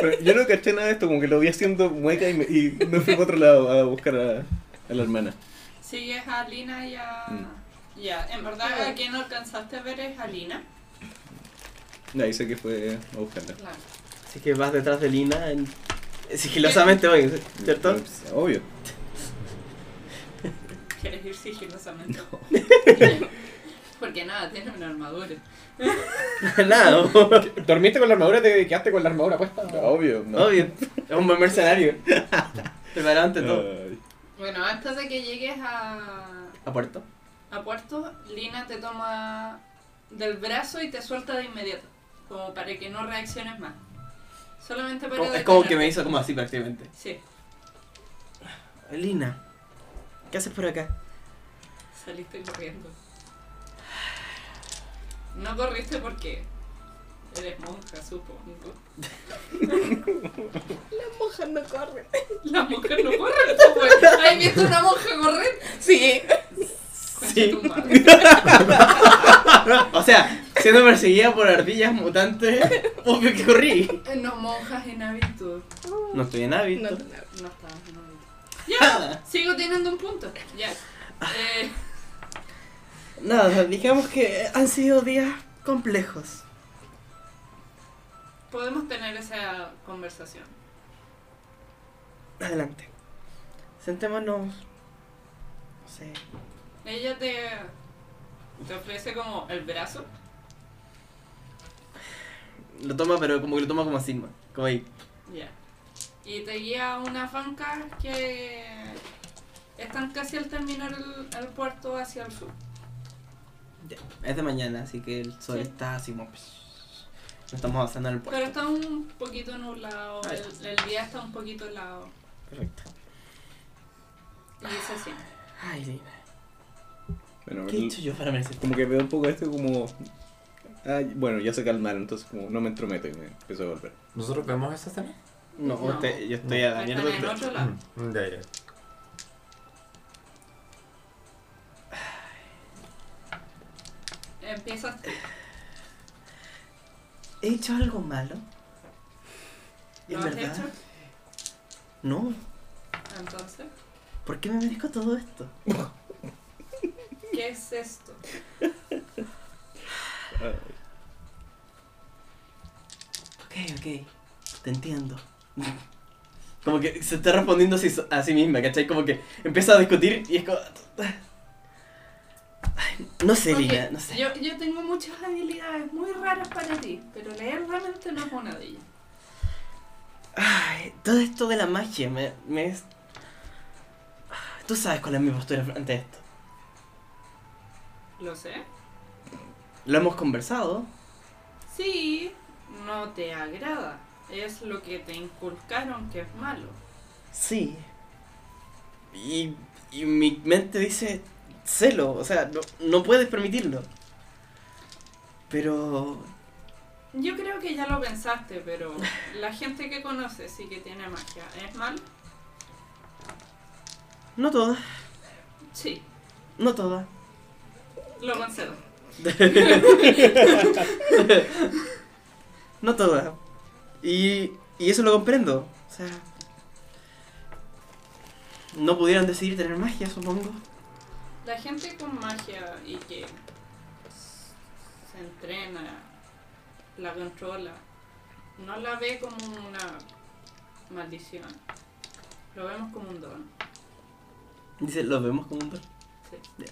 Pero yo no caché nada de esto, como que lo vi haciendo mueca y me, y me fui para otro lado a buscar a, a la hermana.
Sigues a Lina y a. Ya, en verdad a quien alcanzaste a ver es a Lina.
Y ahí sé que fue a buscarla.
Claro.
Así que vas detrás de Lina en- sigilosamente, oye, ¿cierto?
Obvio.
¿Quieres ir sigilosamente? Porque nada, tiene una armadura.
Nada,
¿Dormiste con la armadura? ¿Te quedaste con la armadura puesta?
Obvio. pues, No. Ah.
obvio. Es un buen mercenario. Preparado ante todo.
Ay.
Bueno, antes de que llegues a,
A puerto.
a Puerto, Lina te toma del brazo y te suelta de inmediato. Como para que no reacciones más. Solamente para.
Es como que me
detenerte.
hizo como así prácticamente.
Sí,
Lina, ¿qué haces por acá?
saliste corriendo. No corriste porque. Eres monja, supongo.
Las monjas no corren.
La mujer no corre, po, weón. ¿Has visto una monja correr?
Sí.
Sí.
O sea, siendo perseguida por ardillas mutantes, obvio que corrí.
No, monjas en hábito.
No estoy en hábito.
No, no, no.
No estaba en hábito. Ya, sigo teniendo un punto. Ya. Eh,
Nada, digamos que han sido días complejos.
podemos tener esa conversación.
Adelante. Sentémonos. No sé.
Ella te, te ofrece como el brazo.
Lo toma, pero como que lo toma como sigma. Como ahí.
Ya. Y te guía a unas bancas que están casi al terminar el, el puerto hacia el sur.
Ya, Es de mañana, así que el sol
Sí.
está así como. No estamos avanzando en el puerto.
Pero está un poquito nublado,
Ah, ya.
el, el día está un poquito helado.
Perfecto.
Y dice así.
Ay, Lina.
Bueno,
¿Qué he hecho yo para merecer?
como que veo un poco esto como... ah, bueno, ya se calmaron, entonces como no me entrometo y me empiezo a volver.
¿Nosotros vemos esa escena?
No,
No.
usted- yo estoy a la
Están
mierda.
en
usted.
otro lado.
Mm, Ya, ya.
Empiezas tú.
¿He hecho algo malo? ¿Es
¿Lo has
verdad?
hecho?
No.
Entonces,
¿Por qué me merezco todo esto?
¿qué es esto?
Ok, ok. Te entiendo. Como que se está respondiendo a sí, a sí misma, ¿cachai? Como que empieza a discutir y es como... Ay, No sé,
Ok,
Lina, no sé.
Yo, yo tengo muchas habilidades muy raras para ti, pero leer realmente no es una de ellas.
Ay, todo esto de la magia me, me es... Ay, Tú sabes cuál es mi postura frente a esto.
Lo sé.
Lo hemos conversado.
Sí, no te agrada. Es lo que te inculcaron que es malo.
Sí. Y, y mi mente dice, celo, o sea, no, no puedes permitirlo. Pero...
Yo creo que ya lo pensaste, pero la gente que conoces y que tiene magia, ¿es malo?
No toda,
Sí,
no toda.
lo concedo.
No toda. Y, y eso lo comprendo. O sea... No pudieron decidir tener magia, supongo.
La gente con magia y que s- se entrena, la controla, no la ve como una maldición. Lo vemos como un don.
Dice, ¿los vemos como un par?
Sí.
Ya.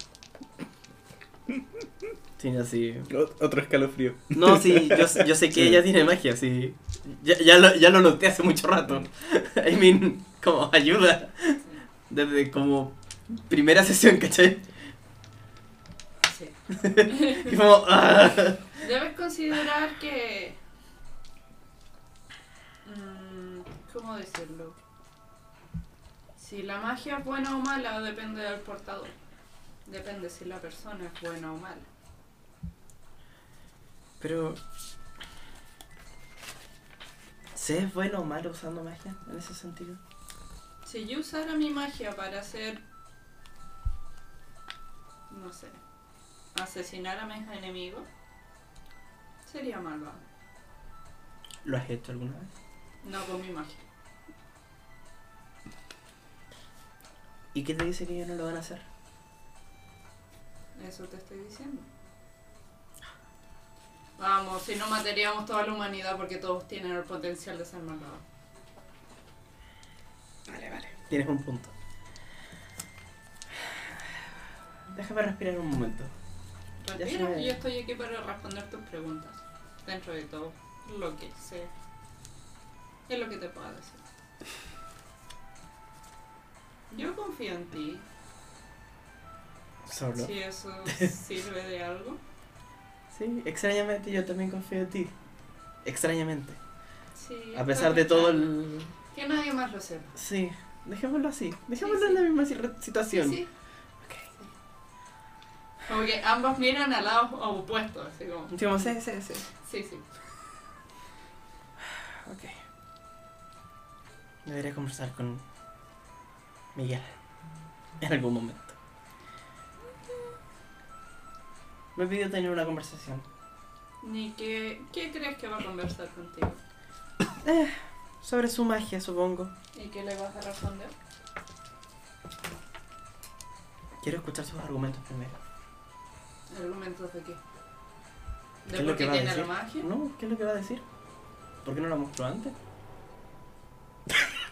Tiene así...
Ot- Otro escalofrío.
No, sí, yo, yo sé que ella tiene magia, sí. Ya, ya, lo, ya lo noté hace mucho rato. I mean, como ayuda. Desde como primera sesión, ¿cachai?
Sí.
Y como... ah.
Debes considerar que... mm, ¿Cómo decirlo? Si la magia es buena o mala depende del portador. Depende si la persona es buena o mala.
Pero... ¿Se es bueno o malo usando magia en ese sentido?
Si yo usara mi magia para hacer... No sé. Asesinar a mis enemigos. Sería malvado.
¿Lo has hecho alguna vez?
No con mi magia.
¿Y qué te dice que ellos no lo van a hacer?
Eso te estoy diciendo. Vamos, si no mataríamos toda la humanidad porque todos tienen el potencial de ser malvados.
Vale, vale. Tienes un punto. Déjame respirar un momento. Ya
Respira,
sé.
yo estoy aquí para responder tus preguntas. Dentro de todo, lo que sé. Es lo que te puedo decir. Yo confío en ti.
Solo.
Si eso sirve de algo.
Sí, extrañamente yo también confío en ti. Extrañamente.
Sí,
A pesar de
perfecto.
todo el...
Que nadie más lo sepa.
Sí, dejémoslo así. Dejémoslo
Sí, sí.
en la misma si-
Sí,
situación.
sí. Como que ambos miran al lado opuesto, así como.
Como, sí, sí, sí.
Sí, sí.
Ok. Debería conversar con Miguel en algún momento. Me pidió tener una conversación.
Ni que, ¿qué crees que va a conversar contigo?
Eh, Sobre su magia, supongo.
¿Y qué le vas a responder?
Quiero escuchar sus argumentos primero.
¿Argumentos de qué?
¿Qué es
¿De por
lo que
qué
va a
tiene la
decir?
magia?
No, ¿qué es lo que va a decir? ¿Por qué no lo mostró antes?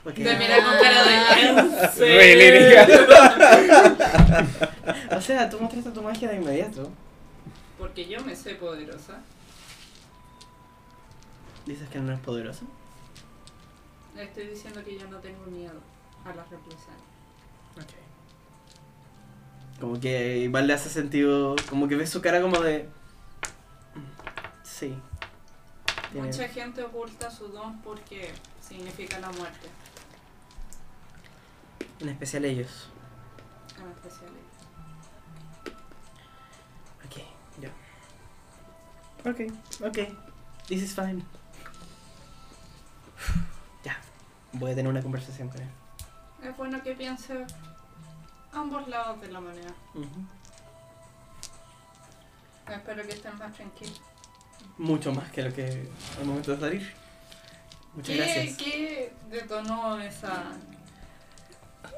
Porque-
Te mira con cara de "¿En serio?".
O sea, tú mostraste tu magia de inmediato.
Porque yo me sé poderosa.
Dices que no es poderoso.
Le estoy diciendo que yo no tengo miedo a las represalias.
Como que igual le hace sentido. Como que ves su cara como de. Sí. Tiene-
Mucha gente oculta su don porque significa la muerte,
En especial ellos.
en especial ellos.
Ok, ok. This is fine. Ya. Voy a tener una conversación con él.
Es bueno que piense ambos lados de la moneda. Espero que estén más tranquilos.
Mucho más que lo que al momento de salir. Muchas
¿Qué,
gracias.
¿Qué detonó ese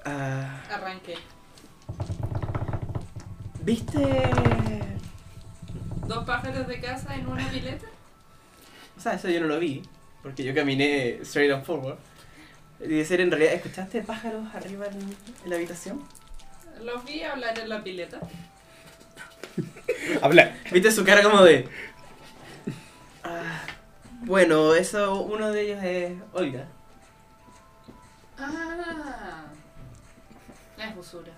Ah,
arranque?
¿Viste?
¿Dos pájaros de casa en una pileta?
O sea, eso yo no lo vi, porque yo caminé straight on forward. Y de ser en realidad, ¿escuchaste pájaros arriba en, en la habitación?
Los vi hablar en la pileta.
Habla.
¿Viste su cara como de.? Ah, bueno, eso, uno de ellos es Olga.
Ah, es usura.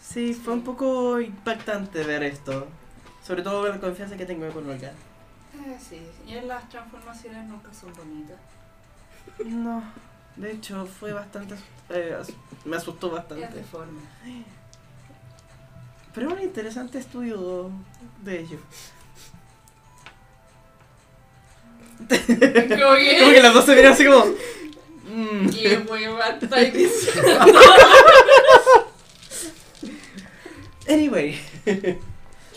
Sí, fue un poco impactante ver esto. Sobre todo ver la confianza que tengo con Olga.
Eh, sí, y en las transformaciones nunca son bonitas.
No, de hecho fue bastante. asust- eh, as- me asustó
Es
bastante.
deforme.
Pero un interesante estudio de ello.
¿Cómo
Como que las dos se miran así como. mm.
¿Qué hueva estáis diciendo?
Anyway,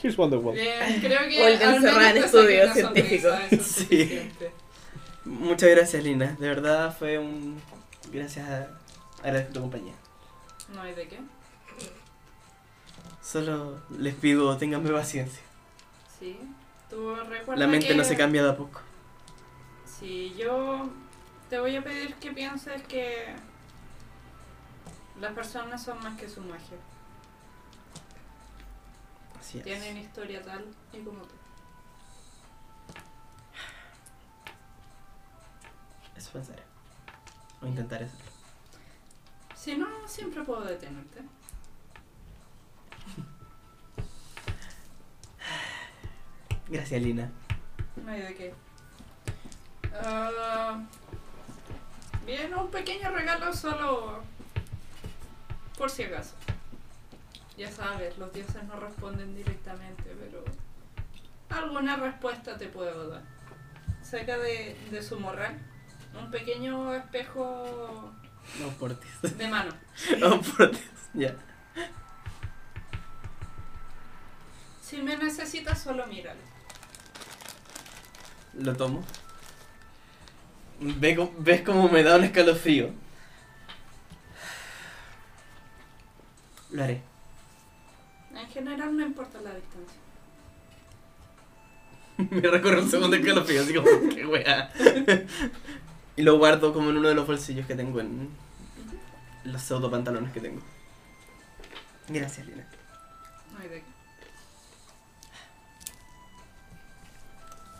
Here's Wonderwall.
Bien, creo que.
Olga
al menos
encerrada en
te
estudios
saqué una
científicos.
sonrisa, eso es
Sí.
suficiente.
muchas gracias, Lina. De verdad fue un. Gracias a. Agradezco tu compañía.
No hay de qué.
Solo les pido, ténganme paciencia.
Sí. Tú recuerda
La mente
que-
no se cambia de a poco.
Sí, yo te voy a pedir que pienses que las personas son más que su magia.
Así es.
Tienen historia tal y como tú.
Eso pensaré. O intentaré hacerlo.
Si no, siempre puedo detenerte.
Gracias, Lina.
No hay de qué. Ah, bien, un pequeño regalo solo por si acaso. Ya sabes, los dioses no responden directamente, pero alguna respuesta te puedo dar. Saca de, de su morral un pequeño espejo
No portes.
de mano.
No portes. Ya.
Si me necesitas, solo míralo.
Lo tomo. Ve co- ¿Ves cómo me da un escalofrío? Lo haré.
En general no importa la distancia.
Me recorre un segundo escalofrío, así como, qué wea. y lo guardo como en uno de los bolsillos que tengo en los pseudo pantalones que tengo. Gracias, Lina.
No hay de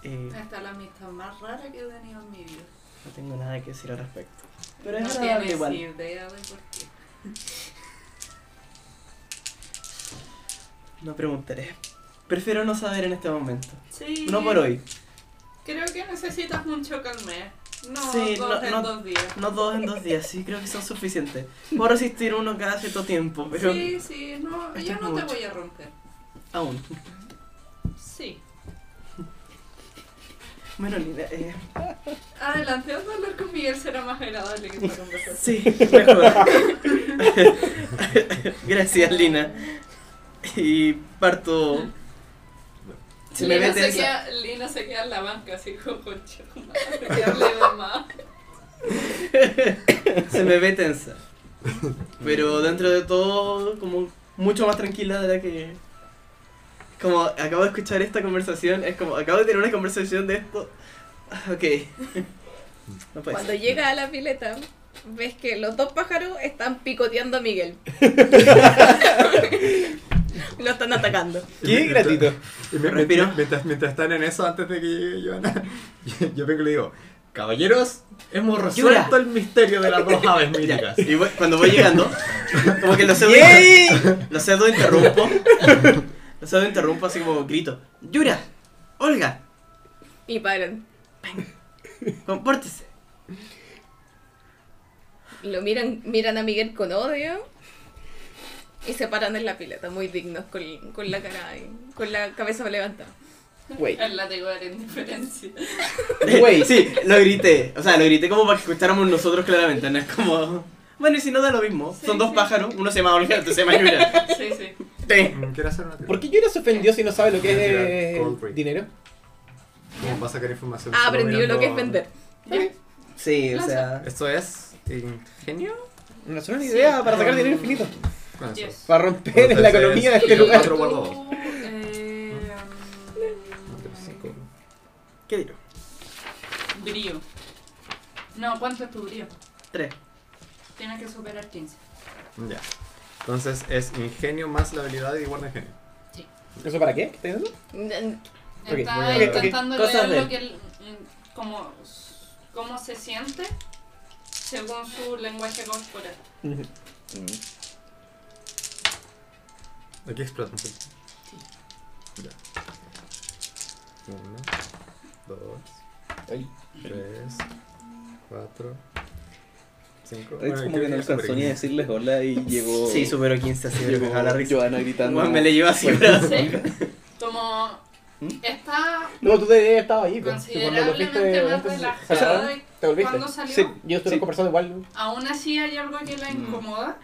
qué.
Eh,
Esta es la amistad más rara que he tenido en mi vida.
no tengo nada que decir al respecto. Pero
no
es agradable
tienes
igual.
idea de por qué.
No preguntaré. Prefiero no saber en este momento.
Sí.
No por hoy.
Creo que necesitas mucho calme. No,
Sí,
dos
no-
en
no-
dos días.
No dos en dos días, sí, creo que son suficientes. Puedo resistir uno cada cierto tiempo, pero
Sí, sí, no,
Esto
yo
es
no
mucho.
te voy a romper.
aún.
Sí.
Bueno, Lina, eh,
Adelante, anda a hablar con Miguel, será más agradable que esta conversación.
sí, mejor. Gracias, Lina. Y parto. Si me
Lina,
ves de
se
esa-
queda, Lina se queda en la banca, así como concha. madre, que hable de más.
Se me ve tensa. Pero dentro de todo, como mucho más tranquila de la que. Como acabo de escuchar esta conversación, es como acabo de tener una conversación de esto. Ah, Ok. No puede
Cuando
ser.
llega a la pileta, ves que los dos pájaros están picoteando a Miguel. Lo están atacando.
Qué gratuito.
Y me-
Respiro.
Mientras, mientras están en eso, antes de que llegue Joana, yo- yo vengo y le digo, caballeros, hemos resuelto el misterio de las dos aves míticas.
Y voy- cuando voy llegando, como que lo cedo, lo cedo interrumpo. Lo cedo interrumpo así como grito. Yura, Olga,
Y paran.
compórtese.
Lo miran, miran a Miguel con odio. Y se paran en la pileta, muy dignos, con, con la cara, ahí, con la cabeza levantada.
Wait.
El látigo era indiferencia.
Güey, sí, lo grité. O sea, lo grité como para que escucháramos nosotros claramente. No es como. Bueno, y si no da lo mismo.
Sí,
Son dos
sí.
pájaros. Uno se llama Olga, otro se llama Yura.
Sí, sí.
Sí.
Mm, Quiero hacer una tirada.
¿Por qué Yura se ofendió si no sabe lo que es
Tirar cold
eh,
break.
dinero?
¿Cómo va a sacar información?
Ha
solo
aprendido Ah, lo
mirando-
que es vender.
Ya.
Sí, o sea.
Esto es ingenio.
No es una idea para sacar dinero infinito.
Con eso.
Yes.
Para romper la
Entonces,
economía de este
tiro
lugar.
cuatro guardados.
Tú, eh,
Cinco.
¿Qué digo?
um, brío. No, ¿cuánto es tu brío?
Tres.
Tienes que superar 15.
Ya. Entonces es ingenio más la habilidad de igual de genio.
¿Eso para qué? ¿Qué está diciendo? Ok,
Estaba
voy a-
intentando
ok. Cosas
leer
de-
lo que él, mm, como, cómo se siente según su lenguaje corporal.
Aquí explota un poquito. Ya. Uno, dos, tres, cuatro, cinco.
Es
Bueno,
como
creo
que no
ya
alcanzó
superé.
ni a decirles hola y llegó.
Sí, superó 15 así.
llegó
pero a la risa.
Joana gritando.
Bueno, me le llevo así, pero.
Sí. Como
¿Mm?
está
No, tú te estabas ahí. pues. Si cuando lo
considerablemente
fuiste
más
antes,
relajada y
¿Te volviste?
cuando salió.
Sí.
Yo estuve conversando igual.
Aún así hay algo que
Mm.
la incomoda.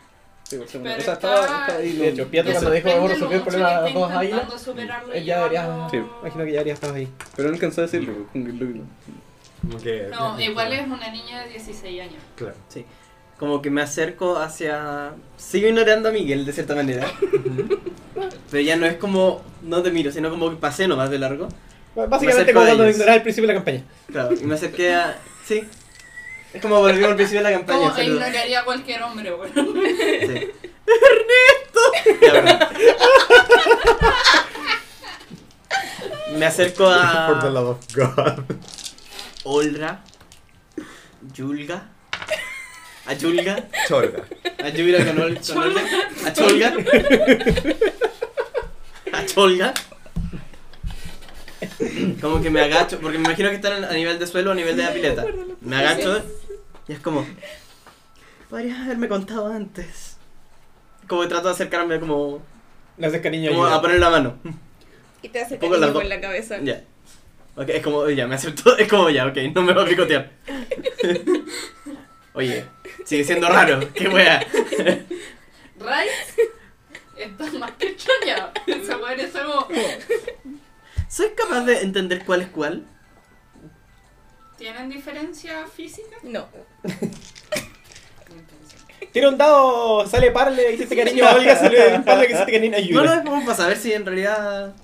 Sí, por segundo.
Pero
o sea, estaba,
está-
estaba ahí.
De hecho,
que
Pietro cuando
sorprende
dijo vamos a
lo
resolver el
mucho
problema
que
de las
está
dos águilas,
intentando superarlo y
él ya debería.
llevarlo-
Sí,
Imagino que ya habría estado ahí.
Pero no alcanzó a decirlo. Con que lo-
Como que-
No,
bien,
igual
claro.
es una niña de 16 años.
Claro.
Como que me acerco hacia. Sigo ignorando a Miguel de cierta manera. Pero ya no es como. No te miro, sino como que pasé nomás de largo.
B-
Me
Básicamente
acerco
como
a
cuando
ellos.
ignorar el principio de la campaña.
Claro, y me acerqué a. Sí. Es como volvimos al principio de la campaña.
Como
saludo.
ignoraría a cualquier hombre, bueno.
Sí. ¡Ernesto! Ya, perdón. Me acerco
For the
a
love of God.
Olra, Yulga, a Yulga,
Cholga.
a Yulga con, Ol- con Olga, a Cholga, a Cholga. Como que me agacho, porque me imagino que están a nivel de suelo, a nivel de la pileta. Me agacho y es como, podrías haberme contado antes. Como que trato de acercarme como,
Le haces cariño
como a
a
poner la mano.
Y te hace
Pongo las
cariño
dos.
con la cabeza.
Ya. Ok, es como, ya, me aceptó. Es como, ya, ok, no me va a picotear. Oye, sigue siendo raro. Qué wea.
Rice está más que extrañado. Esa weón es como.
¿Soy capaz de entender cuál es cuál?
¿Tienen diferencia física?
No.
Tira un dado, sale parle, hiciste cariño a Olga, sale parle que hiciste cariño a
No, no,
Yura.
es como para saber si en realidad.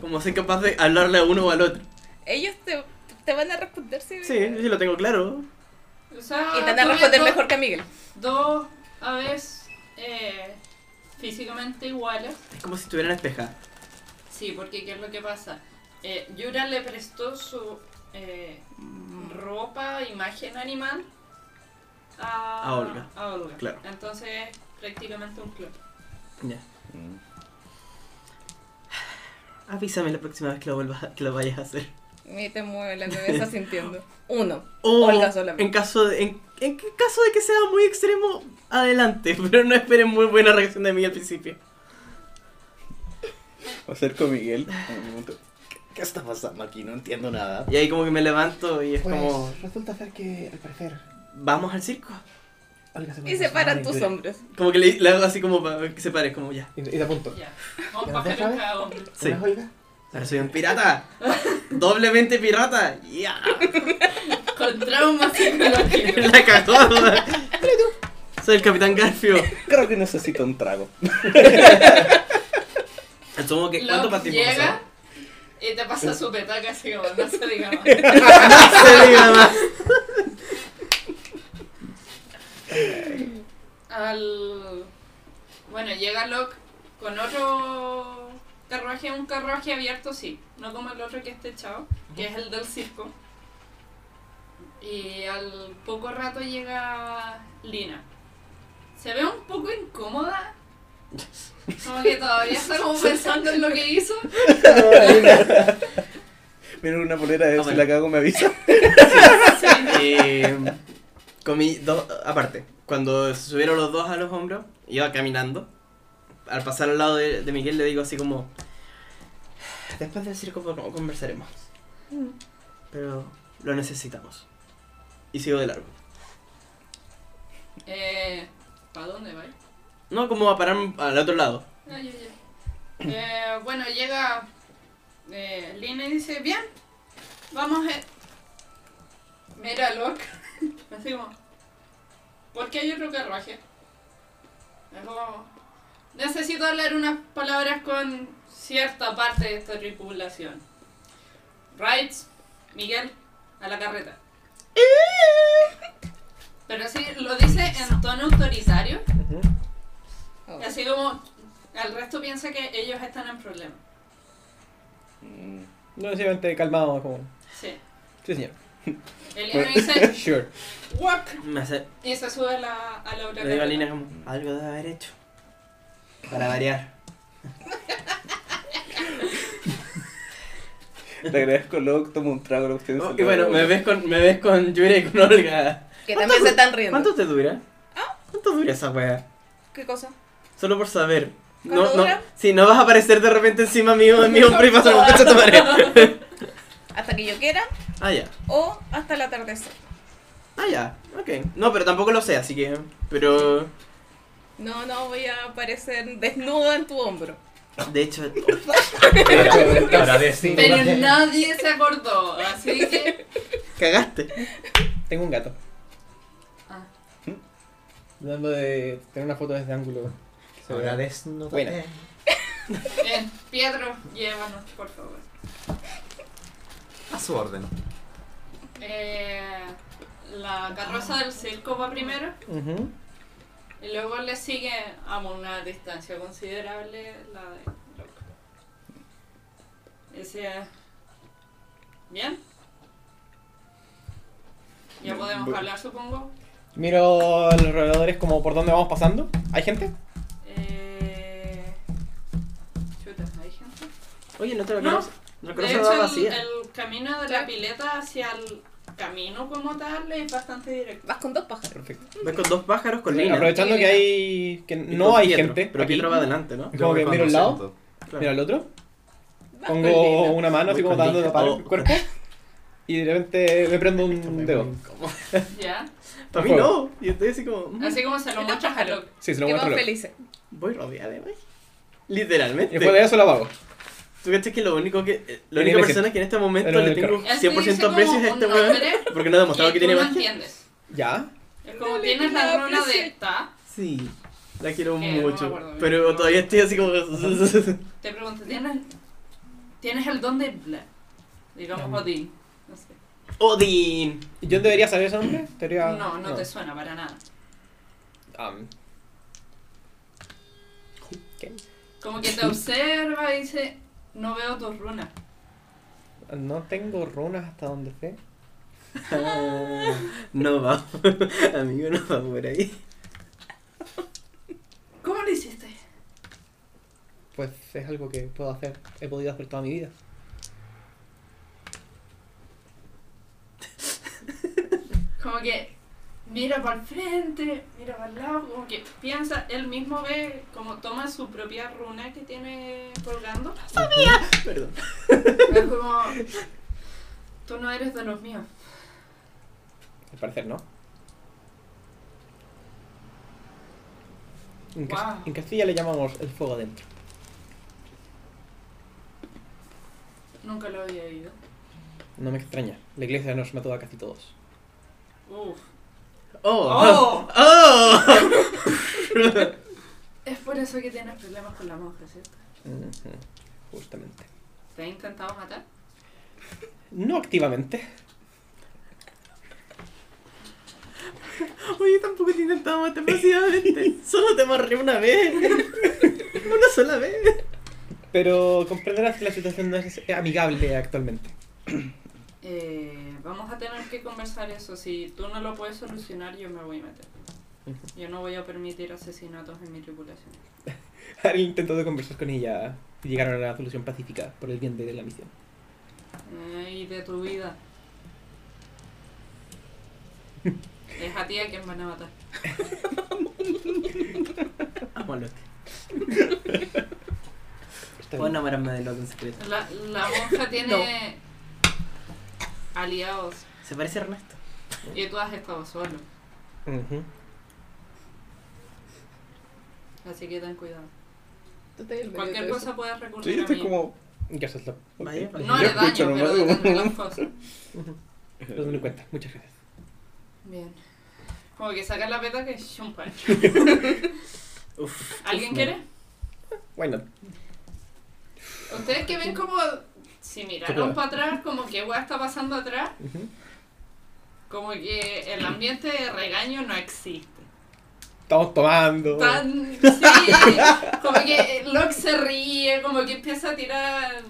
Como soy capaz de hablarle a uno o al otro.
Ellos te, te van a responder si...
Sí, yo sí lo tengo claro.
O sea,
Y te van a
tuve
responder
dos-
mejor que a Miguel.
Dos a veces eh, físicamente iguales.
Es como si estuvieran espejadas.
Sí, porque ¿qué es lo que pasa? Eh, Yura le prestó su eh, ropa, imagen animal a,
A Olga.
a Olga.
Claro.
Entonces es prácticamente un clon.
Ya. Mm. Avísame la próxima vez que lo, vuelvas a- que lo vayas a hacer.
Y te mueve la cabeza sintiendo. Uno.
O,
Olga solamente.
En caso de, en, en qué caso de que sea muy extremo, adelante. Pero no esperen muy buena reacción de mí al principio.
Me acerco a Miguel. y me pregunto, ¿Qué está pasando aquí? No entiendo nada.
Y ahí como que me levanto y es como,
Pues resulta ser que al parecer
vamos al circo.
Olga se
Y se paran tus hombros.
Como que le, le hago así como para que se pare, como ya.
Y, y te apunto.
Ya. Un
¿Ya
pájaro
deja?
en cada hombre.
Sí.
¿Ves, Olga?
Ahora soy un pirata. Doblemente pirata. Ya.
Con trauma psicológico.
La cagó. Soy el capitán Garfio.
Creo que necesito un trago.
Asumo que
Locke
cuánto partimos.
llega y te pasa su petaca así como no se diga más.
No se diga más.
Al... Bueno, llega Locke con otro carruaje, un carruaje abierto, sí, no como el otro que está echado, que es el del circo. Y al poco rato llega Lina. Se ve un poco incómoda. Como que todavía está como pensando en lo que hizo.
Mira una polera de
Ah,
si
bueno.
la cago me avisa.
Eh, comí dos, aparte, cuando se subieron los dos a los hombros, iba caminando. Al pasar al lado de, de Miguel le digo así como, después del circo con- conversaremos.
Mm.
Pero lo necesitamos. Y sigo de largo.
Eh, ¿Para dónde vais?
No, como a parar al otro lado.
Ah, ya, ya. Eh, bueno, llega eh, Lina y dice, bien, vamos a... Mira, loca. Así como, ¿por qué hay otro carruaje? Es como, necesito hablar unas palabras con cierta parte de esta tripulación. Rides, Miguel, a la carreta. Pero así lo dice en tono autoritario. Y Así como el resto piensa que ellos están en problemas.
No, simplemente calmado, como.
Sí.
Sí, señor.
Eliano dice
Sure.
walk
Me hace,
y se sube a la, a la
le digo a Lina
huracaneta.
como, algo debe haber hecho. Para variar.
Le agradezco, Locke, tomo un trago, Locke. tiene
Oh,
su
y bueno,
trago.
me ves con, me ves con Yuri y con Olga.
Que también se están riendo.
¿Cuánto te dura?
¿Ah?
¿Cuánto dura esa wea?
¿Qué cosa?
Solo por saber. No,
¿Cuánto
no,
dura?
si no vas a aparecer de repente encima mío, en mi hombro y vas a concha tu madre.
Hasta que yo quiera
Ah, ya.
o hasta el atardecer.
Ah, ya. Ok. No, pero tampoco lo sé, así que. Pero.
No, no voy a aparecer desnuda en tu hombro.
De hecho.
Agradezco.
Pero nadie se acordó, así que
Cagaste.
Tengo un gato.
Ah.
Hablando de tener una foto desde ángulo. Se ve.
Agradezco.
Bueno.
bien, eh, Pietro, llévanos, por favor.
A su orden.
Eh, la carroza del circo va primero
Ujú.
y luego le sigue a una distancia considerable la de Locke. Dice, bien. Ya podemos hablar, supongo.
Miro a los alrededores como por dónde vamos pasando. ¿Hay gente?
Eh... Chuta, ¿hay gente?
Oye, no te lo
No.
conoces. No
De
conoces la
hecho, el,
vacía.
el camino de la pileta hacia el camino como tal es bastante directo.
Vas con dos pájaros.
Perfecto.
Vas con dos pájaros con Lina.
Aprovechando que
Lina.
hay. que
Y
no
con
hay
Pietro,
gente.
Pero
aquí,
Pietro va adelante, ¿no?
Como que
Yo me
miro al lado.
siento.
Claro.
Mira al otro.
Vas con
Pongo
Lina.
una mano así
Voy
como
con
dando
Lina.
para
Oh.
el cuerpo. Y de repente me prendo un dedo.
¿Ya?
Para mí no. Y estoy así como. mm,
Así como se lo
Era
muestras a
pájaro.
Locke.
Sí, se lo
Que
muestro.
vamos
a Locke.
felices.
Voy rodeada de magia.
Y después de
Literalmente.
eso lo apago.
Tú cachas que lo único que. eh, La
En
única
el
persona que en este momento
En
le
el
tengo
carro.
Él te
100%
dice como
aprecio es a
un
este weón.
nombre
Porque no ha demostrado
y
que
tú
tiene
no
magia.
entiendes.
Ya.
Es como
Dale,
tienes la
Lina,
runa de
aprecio.
ta,
Sí. La quiero
Eh, no me
mucho.
acuerdo bien.
Pero todavía estoy así como.
te pregunto, ¿tienes, ¿tienes el don de bla? Digamos Odín. No sé.
Odin.
¿Y ¿Yo debería saber ese nombre? Debería-
No, no te suena para nada.
Um. Ok.
Como que te observa y dice, no veo tus runas.
No tengo runas hasta donde sé.
Ah, No va, amigo, no va por ahí.
¿Cómo lo hiciste?
Pues es algo que puedo hacer, he podido hacer toda mi vida.
Como que mira para el frente, mira para el lado, como que piensa, él mismo ve como toma su propia runa que tiene colgando.
Perdón.
Es como, tú no eres de los míos.
Al parecer, ¿no? En, cas-
Guau.
en Castilla le llamamos el fuego adentro.
Nunca lo había oído.
No me extraña, la iglesia nos mató a casi todos.
Uf.
Oh.
¡Oh!
Oh.
Es por eso que tienes problemas con la monja, ¿cierto?
Ujú, Justamente.
¿Te ha intentado matar?
No activamente.
Oye, tampoco te intentaba matar masivamente. Solo te amarré una vez. Una sola vez.
Pero comprenderás que la situación no es amigable actualmente.
Eh, vamos a tener que conversar eso. Si tú no lo puedes solucionar, yo me voy a meter. Yo no voy a permitir asesinatos en mi tripulación.
Ariel intentó de conversar con ella y llegaron a una solución pacífica por el bien de la misión.
Eh, y de tu vida. Es a ti a quien van a matar.
Vámonos. Puedo enamorarme de Loki en secreto.
La, la monja tiene aliados
Se parece a Ernesto.
y tú has estado solo,
Ujú.
así que ten cuidado.
Tú te el
Cualquier
medio
cosa puedes recurrir
Sí,
a
estoy
mí.
como.
Ya se lo. ok.
Vaya, vaya.
No
Yo
le daño,
escucho
pero
nomás,
detente
como-
las cosas.
Lo tomé en cuenta. Muchas gracias.
Bien. Como que sacar la peta que es un pancho.
Uf.
¿Alguien
uf,
quiere?
Why not?
Ustedes que ven como si miraron
Chocolate.
para atrás, como que weá está pasando atrás,
Ujú.
como que el ambiente de regaño no existe.
Estamos tomando.
Tan, sí, como que Locke se ríe, como que empieza a tirar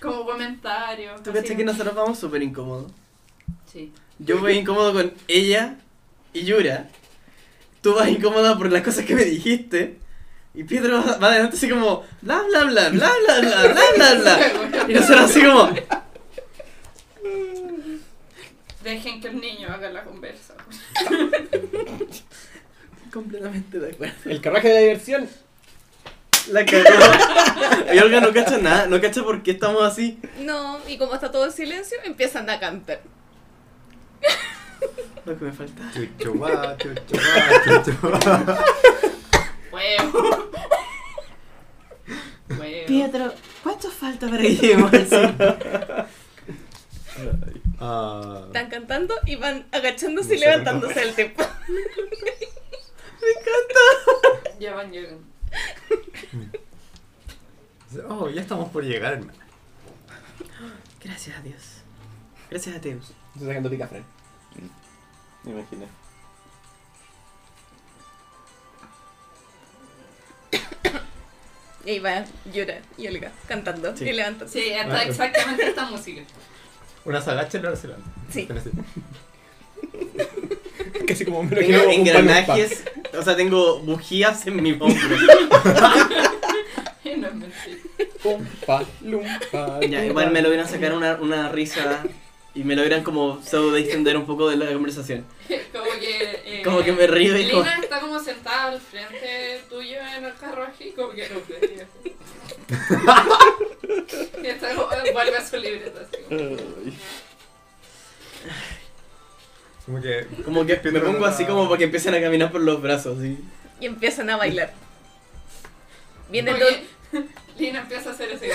como comentarios.
no. Tú
así.
cachas que nosotros vamos súper incómodos.
Sí.
Yo voy incómodo con ella y Yura. Tú vas incómoda por las cosas que me dijiste. Y Pietro va va adelante así como bla bla bla bla bla bla bla bla bla. Y nosotros así como
Dejen que el niño haga la conversa.
completamente de acuerdo.
El carruaje de la diversión.
La cagó. Y Olga no cacha nada, no cacha por qué estamos así.
que- No, y como está todo en silencio, empiezan a cantar.
Lo que me falta.
Chucho va, chucho va, chucho va.
Huevo. Huevo.
Pietro, ¿cuánto falta para que lleguemos al circo?
Ah,
Están cantando y van agachándose y
No sé,
levantándose al tiempo.
Ya van llegando.
oh, ya estamos por llegar, hermano.
Gracias a Dios. Gracias a Dios.
Estoy sacando picafren.
Me imagino.
Y ahí va Yura y Olga cantando
Sí.
y levantándose.
Sí, está exactamente esta música.
Una salacha en Nueva Zelanda.
Sí.
Casi como me lo
Tengo
quiero como un
engranajes, o sea, tengo bujías en mi hombro.
No es mentira.
Lumpa, lumpa,
Ya, igual me logran sacar una, una risa y me logran como pseudo distender un poco de la conversación.
Como que. eh,
Como que me río y como-
Lina está como sentada al frente tuyo en el carruaje y como que no cree. Y está como. eh, Vuelve a su libreta. así como,
Como que.
Como que me pongo así como para que empiecen a caminar por los brazos, ¿sí?
Y empiezan a bailar. Viene
como
todo.
que Lina empieza a hacer ese.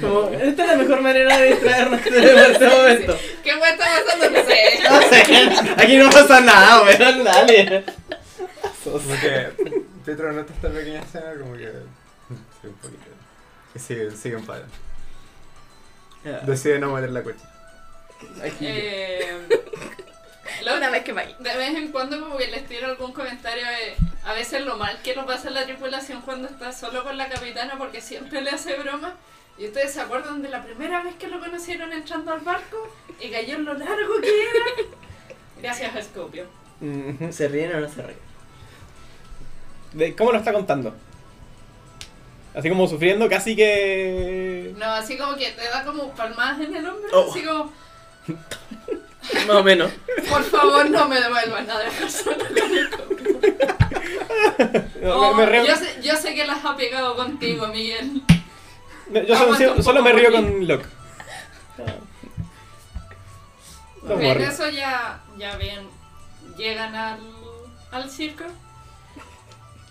como,
Como, esta es la mejor manera de distraernos que tenemos en este momento.
¿Qué hueá está pasando? No sé.
No sé, aquí no pasa nada, weón, dale.
Como que. Pietro nota esta pequeña escena, como que. Sí, un poquito. Y siguen, siguen para. Decide no meter la cocha.
Eh,
Una
lo-
vez que baila.
De vez en cuando como que les tiro algún comentario de a veces lo mal que lo pasa la tripulación cuando está solo con la capitana porque siempre le hace broma. Y ustedes se acuerdan de la primera vez que lo conocieron entrando al barco y cayó en lo largo que era. Gracias a Scopio.
Ujú.
¿Se ríen o no se ríen?
De- ¿Cómo lo está contando? Así como sufriendo, casi que.
No, así como que te da como palmadas en el hombro,
Oh.
así como,
Más o menos.
por favor no me devuelvan nada de persona con el Scopio.
No,
Oh,
me, me río.
yo, sé, yo sé que las ha pegado contigo, Miguel.
me- yo solo,
aguanta un
solo,
poco,
me río
Moni.
con Locke. No,
Ok,
morri.
en eso ya, ya ven, llegan al, al circo.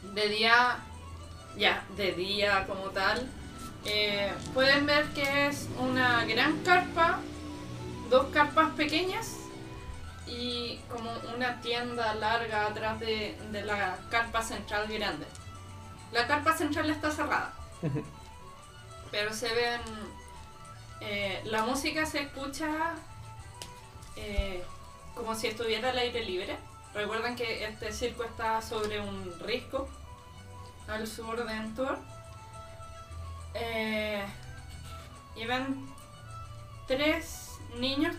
De día, ya, de día como tal. eh, pueden ver que es una gran carpa, dos carpas pequeñas y como una tienda larga atrás de, de la carpa central grande. La carpa central está cerrada,
Ujú.
pero se ven... eh, la música se escucha eh, como si estuviera al aire libre. Recuerden que este circo está sobre un risco al sur de Entor. Eh, y ven tres niños.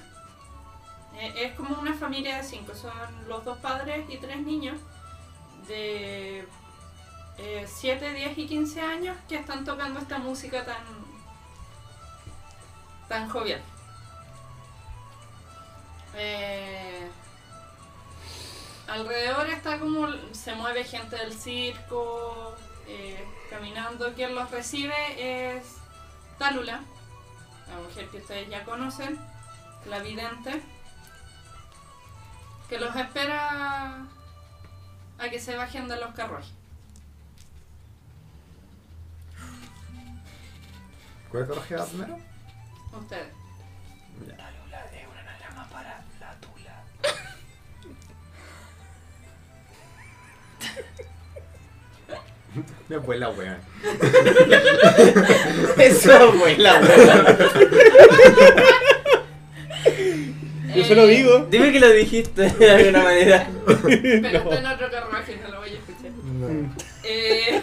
Eh, es como una familia de cinco. Son los dos padres y tres niños de eh, 7, 10 y 15 años que están tocando esta música tan, tan jovial. Eh, alrededor está como se mueve gente del circo, eh, caminando. Quien los recibe es Talula, la mujer que ustedes ya conocen, la vidente, que los espera a que se bajen de los carruajes.
¿Cuál carruaje va primero?
Ustedes.
Mi abuela, weón.
Eso, güey, la wea.
Yo se lo
Eh,
digo.
Dime que lo dijiste de alguna manera.
Pero está en otro carruaje, no lo voy a escuchar.
Mm.
Eh,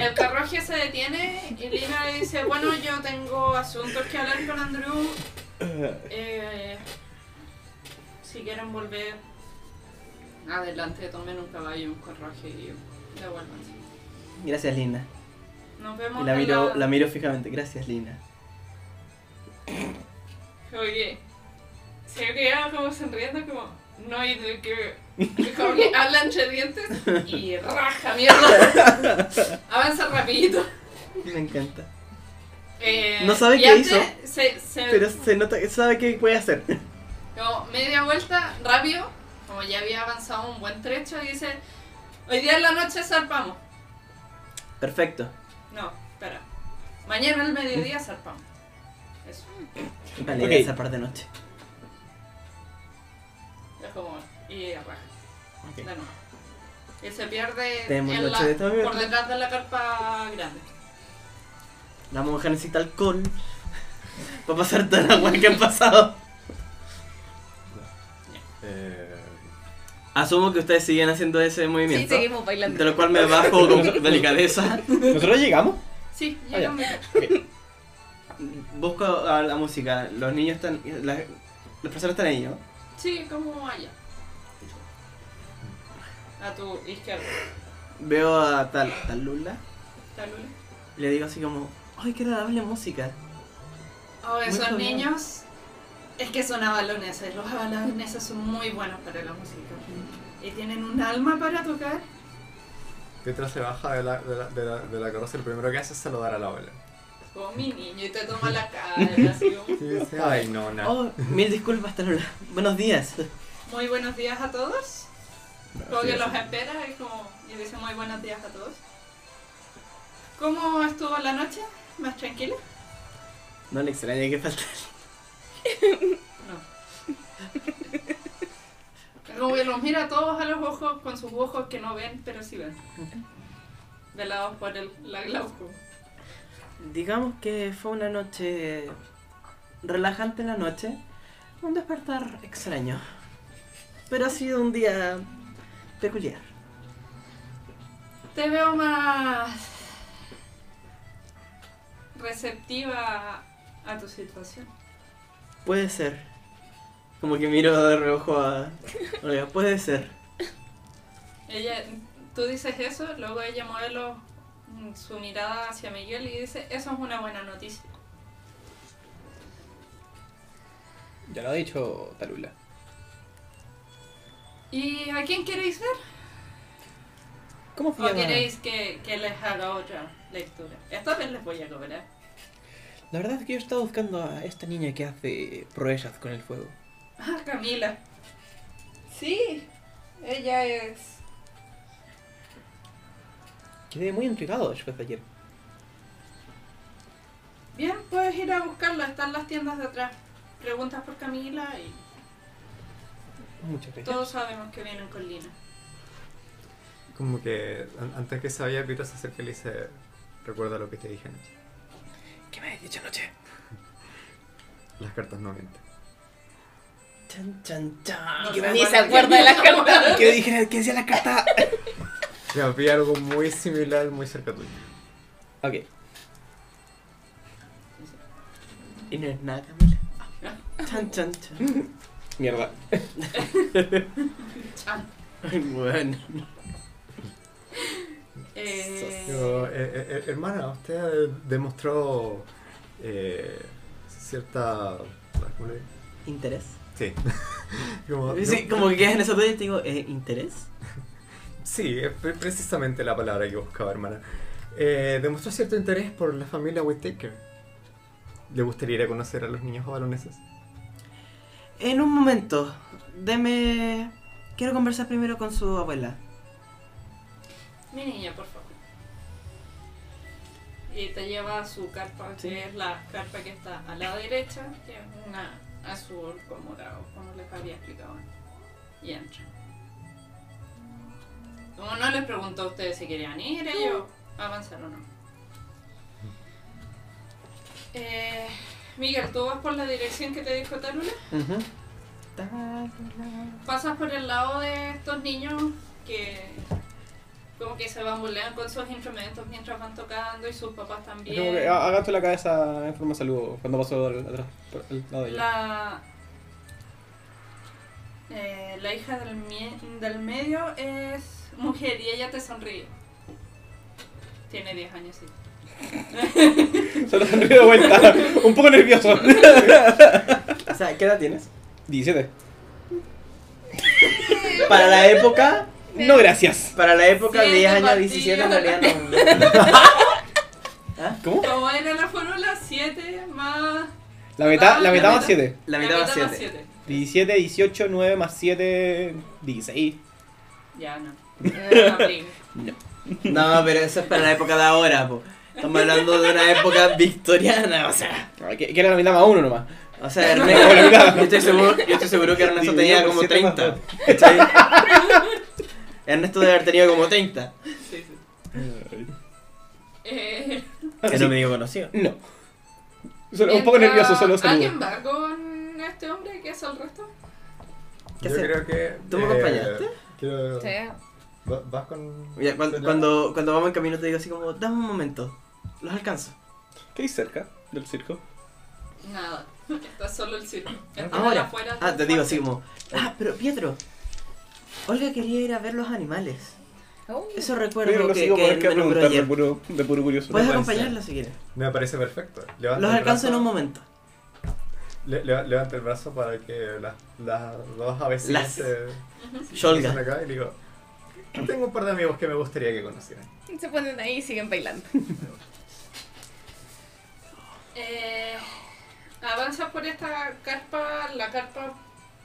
el carruaje se detiene y Lina le dice, bueno, yo tengo asuntos que hablar con Andrew. Eh, si quieren volver, adelante, tomen un caballo, un carruaje y devuélvanse.
Gracias, Linda. Y
Nos vemos
La
en
miro,
la-
la miro fijamente. Gracias, Linda.
Oye, se quedaba como sonriendo, como, no, y de que, como que habla entre dientes y raja, mierda. Avanza rapidito.
Me encanta.
Eh,
No sabe
y
qué
antes
hizo,
Se, se,
Pero se nota que sabe qué puede hacer.
como media vuelta, rápido, como ya había avanzado un buen trecho, y dice, hoy día en la noche zarpamos.
Perfecto.
No, espera. Mañana al mediodía zarpamos. Eso.
Vale,
Ok.
esa parte de noche.
Es como, y raja. De nuevo. Y se pierde
Tenemos
en
noche
la-
de todavía.
por detrás de la carpa grande.
La monja necesita alcohol. Para pasar toda la weá que han pasado.
Eh,
Asumo que ustedes siguen haciendo ese
Sí,
movimiento.
seguimos bailando.
de lo cual me bajo con delicadeza.
¿Nosotros llegamos?
Sí,
Ah,
llega
ya.
un minuto.
Busco a la música. Los niños están. Las, las personas están ahí, ¿no?
Sí, como allá. A tu izquierda.
Veo a tal, tal Lula.
¿Está Lula?
y Le digo así como. ¡Ay, qué agradable música!
Oh, esos
joven.
niños. Es que son avaloneses. Los avaloneses son muy buenos para la música. Y tienen un alma para tocar.
Petra se baja de la, de, la, de, la, de la carroza y lo primero que hace es saludar a la abuela.
Como mi niño y te toma la cara. así como,
Y dice, ay, no, no.
Oh, mil disculpas, tal Lula. Buenos días.
muy buenos días a todos. Como que los espera y, como, y dice muy buenos días a todos. ¿Cómo estuvo la noche? ¿Más tranquila?
No le extraña que falta.
Como que los mira a todos a los ojos con sus ojos que no ven, pero sí ven. Velados por el, la glaucoma.
Digamos que fue una noche relajante en la noche, un despertar extraño, pero ha sido un día peculiar.
Te veo más receptiva a tu situación.
Puede ser. Como que miro de reojo a Olga, puede ser.
Ella, tú dices eso, luego ella mueve los- mm, su mirada hacia Miguel y dice, eso es una buena noticia.
Ya lo ha dicho Talula.
¿Y a quién queréis ver?
¿Cómo se
¿O
llama?
queréis que, que les haga otra lectura? Esta vez les voy a cobrar.
La verdad es que yo he estado buscando a esta niña que hace proezas con el fuego.
Ah, Camila. Sí, ella es...
Quedé muy intrigado después de ayer.
Bien, puedes ir a buscarla, están las tiendas de atrás. Preguntas por Camila y...
Muchas gracias.
Todos sabemos que vienen con Lina.
Como que an- antes que se vaya, Petra se acerca y le dice, recuerda lo que te dije anoche.
¿Qué me has dicho anoche?
Las cartas no mienten.
Chan, chan, chan.
No
Ni se acuerda de las cartas.
¿Qué dije? ¿Qué decía la carta?
Te vi algo muy similar, muy cerca tuyo.
ok.
Y no es nada, Camila. Chan, chan, chan.
Mierda.
Ah,
Ay, bueno.
Eh,
Yo, eh, eh, eh, hermana, usted demostró eh, cierta... ¿cómo le digo?
¿Interés?
Sí. Como-
Sí,
no-
como que quedas en esa duda y te digo, ¿eh, ¿interés?
Sí, es pre- precisamente la palabra que buscaba, hermana. Eh, demostró cierto interés por la familia Whittaker. ¿Le gustaría ir a conocer a los niños baloneses?
En un momento, deme... Quiero conversar primero con su abuela.
Mi niña, por favor. Y te lleva a su carpa, que es la carpa que está a la derecha, que es una azul con morado, como les había explicado. antes. Y entra. Como no les preguntó a ustedes si querían ir, ellos avanzaron o no. Eh, Miguel, ¿tú vas por la dirección que te dijo Tarula? pasas por el lado de estos niños que como que se bambolean con sus instrumentos mientras van tocando y sus papás
Es como
también.
que ah, a- agacho la cabeza en forma de saludo cuando paso al- atrás por el lado de ella.
La, eh, la hija del, mie- del medio es mujer y ella te sonríe. Tiene 10 años, sí.
Solo sonrío de vuelta, un poco nervioso.
O sea, ¿qué edad tienes?
17.
Para la época...
No, gracias.
Para la época,
Sí,
10 años,
compartido.
17 en realidad no...
¿Cómo?
¿Cómo era la fórmula? 7 más...
La mitad,
Ah,
la mitad
la
más
mitad.
7.
La mitad más 7.
7.
17, 18, 9 más 7, 16.
Ya, no. Eh, Abril.
No, pero eso es para la época de ahora, po. Estamos hablando de una época victoriana, o sea...
Ah, Que, que era la mitad más uno nomás.
O sea, Ernesto, yo estoy seguro, yo estoy seguro que Ernesto
Dividido
tenía
por
como
siete más
30. ¿cachai? Ernesto debe haber tenido como 30.
Sí, sí. Eh,
Que no me digo conocido.
No. Solo- un poco nervioso,
mientras-
solo saludo.
Eh, ¿Alguien va con este hombre que es el resto?
¿Qué
Yo
hacer?
creo que. eh,
¿Tú me acompañaste?
quiero-
Sí.
va- ¿Vas con.?
Ya, cuan- cuando,
señora?
cuando, vamos en camino te digo así como, dame un momento, los alcanzo.
¿Qué hay cerca del circo?
Nada, está solo el circo. Están
Ahora,
afuera.
ah, te digo así como, ah, pero Pietro, Olga quería ir a ver los animales.
Oh.
Eso
Pero
recuerdo
lo
que,
sigo
que
por qué
me nombró
preguntar de
ayer.
puro, de puro curioso.
Puedes
No puede
acompañarla si quieres.
Me parece perfecto. Levanta
Los
el
alcanzo en
brazo-
un momento.
le- le- levanta el brazo para que las, las dos abecinas
Las-
se.
Yolga.
se acá y le digo. Tengo un par de amigos que me gustaría que conocieran.
Se ponen ahí y siguen bailando.
Eh, avanzas por esta carpa, la carpa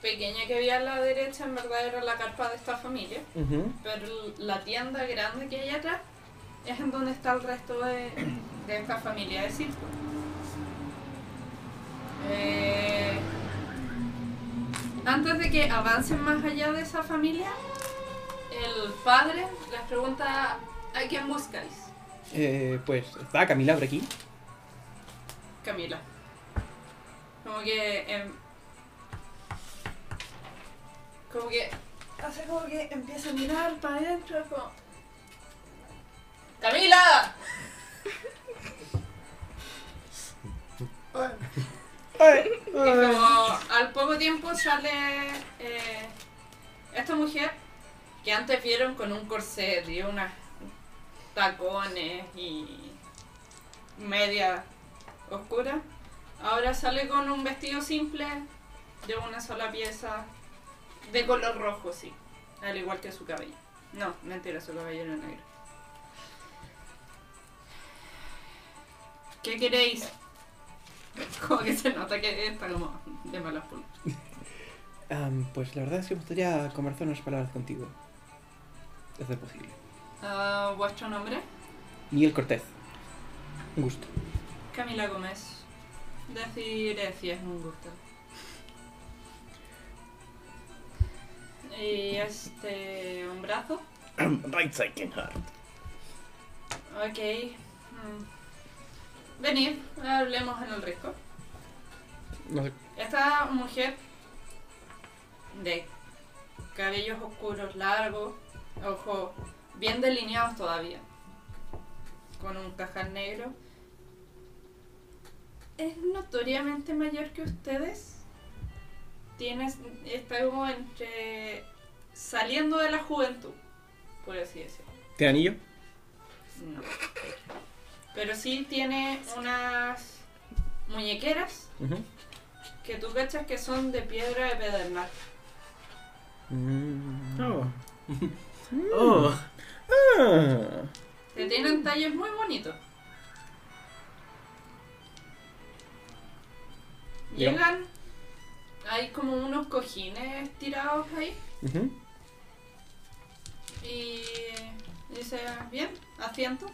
pequeña que había a la derecha, en verdad era la carpa de esta familia.
ser. Ujú.
Pero la tienda grande que hay atrás es en donde está el resto de, de esta familia de circo. Eh, antes de que avancen más allá de esa familia, el padre les pregunta a quién buscáis,
Eh, pues, ¿está Camila por aquí?
Camila. Como que... em, como que... Hace como que empieza a mirar para adentro, es como... ¡Camila!
Bueno,
Y como al poco tiempo sale eh, esta mujer que antes vieron con un corset y unas tacones y media oscura. Ahora sale con un vestido simple de una sola pieza de color rojo, sí. Al igual que su cabello. No, mentira, su cabello era negro. ¿Qué queréis? Como que se nota que está como de malas pulgas.
Am, pues la verdad es que me gustaría conversar unas palabras contigo. Es ser posible.
Ah, ¿Vuestro nombre?
Miguel Cortés. Un gusto.
Camila Gómez. Deciré si es un gusto. Y este. un brazo.
Right side can hurt.
Ok. Mm. Venid, hablemos en el risco.
No sé.
Esta mujer de cabellos oscuros, largos, ojos bien delineados todavía, con un cajal negro, es notoriamente mayor que ustedes. Tienes, está como entre saliendo de la juventud, por así decirlo.
¿Tiene anillo?
No. Pero sí tiene unas muñequeras
Ujú.
que tú cachas que son de piedra de pedernal.
Mm.
Oh,
Ah.
Que tienen tallos muy bonitos. Llegan, hay como unos cojines tirados ahí
Ujú.
y dice, bien, asiento.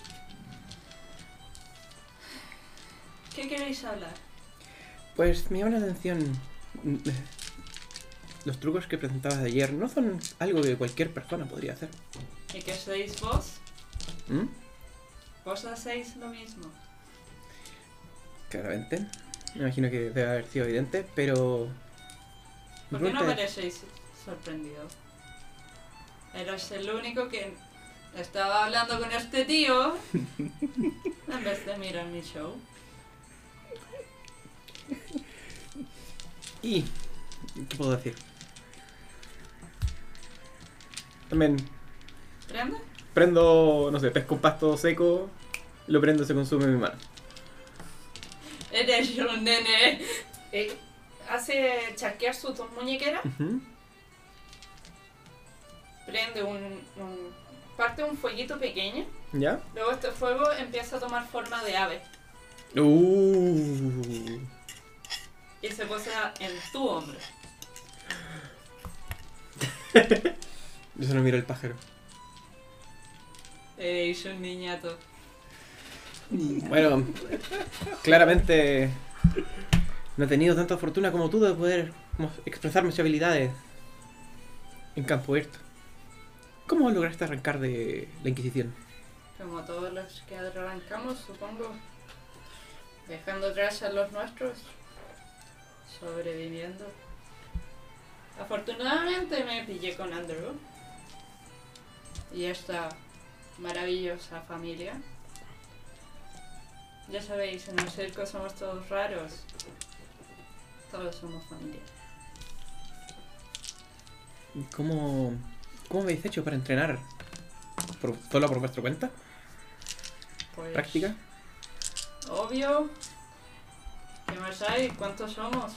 ¿Qué queréis hablar?
Pues me llama la atención. mm, Los trucos que presentabas ayer no son algo que cualquier persona podría hacer.
¿Y qué sois vos?
¿Mm?
Vos hacéis lo mismo.
Claramente. Me imagino que debe haber sido evidente, pero. mi
¿Por qué no
pregunta es-
parecéis sorprendido? Eras el único que estaba hablando con este tío en vez de mirar mi show.
¿Y qué puedo decir? También
¿Prende?
prendo, no sé, pesco un pasto seco, lo prendo y se consume en mi mano.
Eres un nene. Eh, hace chasquear sus dos muñequeras,
Ujú.
prende un, un- parte de un fueguito pequeño,
¿Ya?
luego este fuego empieza a tomar forma de ave
Uh.
y se posa en tu hombro.
Yo solo miro el pájaro.
Eres un niñato.
Bueno, claramente no he tenido tanta fortuna como tú de poder mo- expresar mis habilidades en campo abierto. ¿Cómo lograste arrancar de la Inquisición?
Como todos los que arrancamos, supongo. Dejando atrás a los nuestros. Sobreviviendo. Afortunadamente me pillé con Andrew. Y esta maravillosa familia. Ya sabéis, en el circo somos todos raros. Todos somos familia.
¿Cómo, cómo habéis hecho para entrenar? ¿Por, ¿Solo por vuestra cuenta?
Pues,
¿Práctica?
Obvio. ¿Qué más hay? ¿Cuántos somos?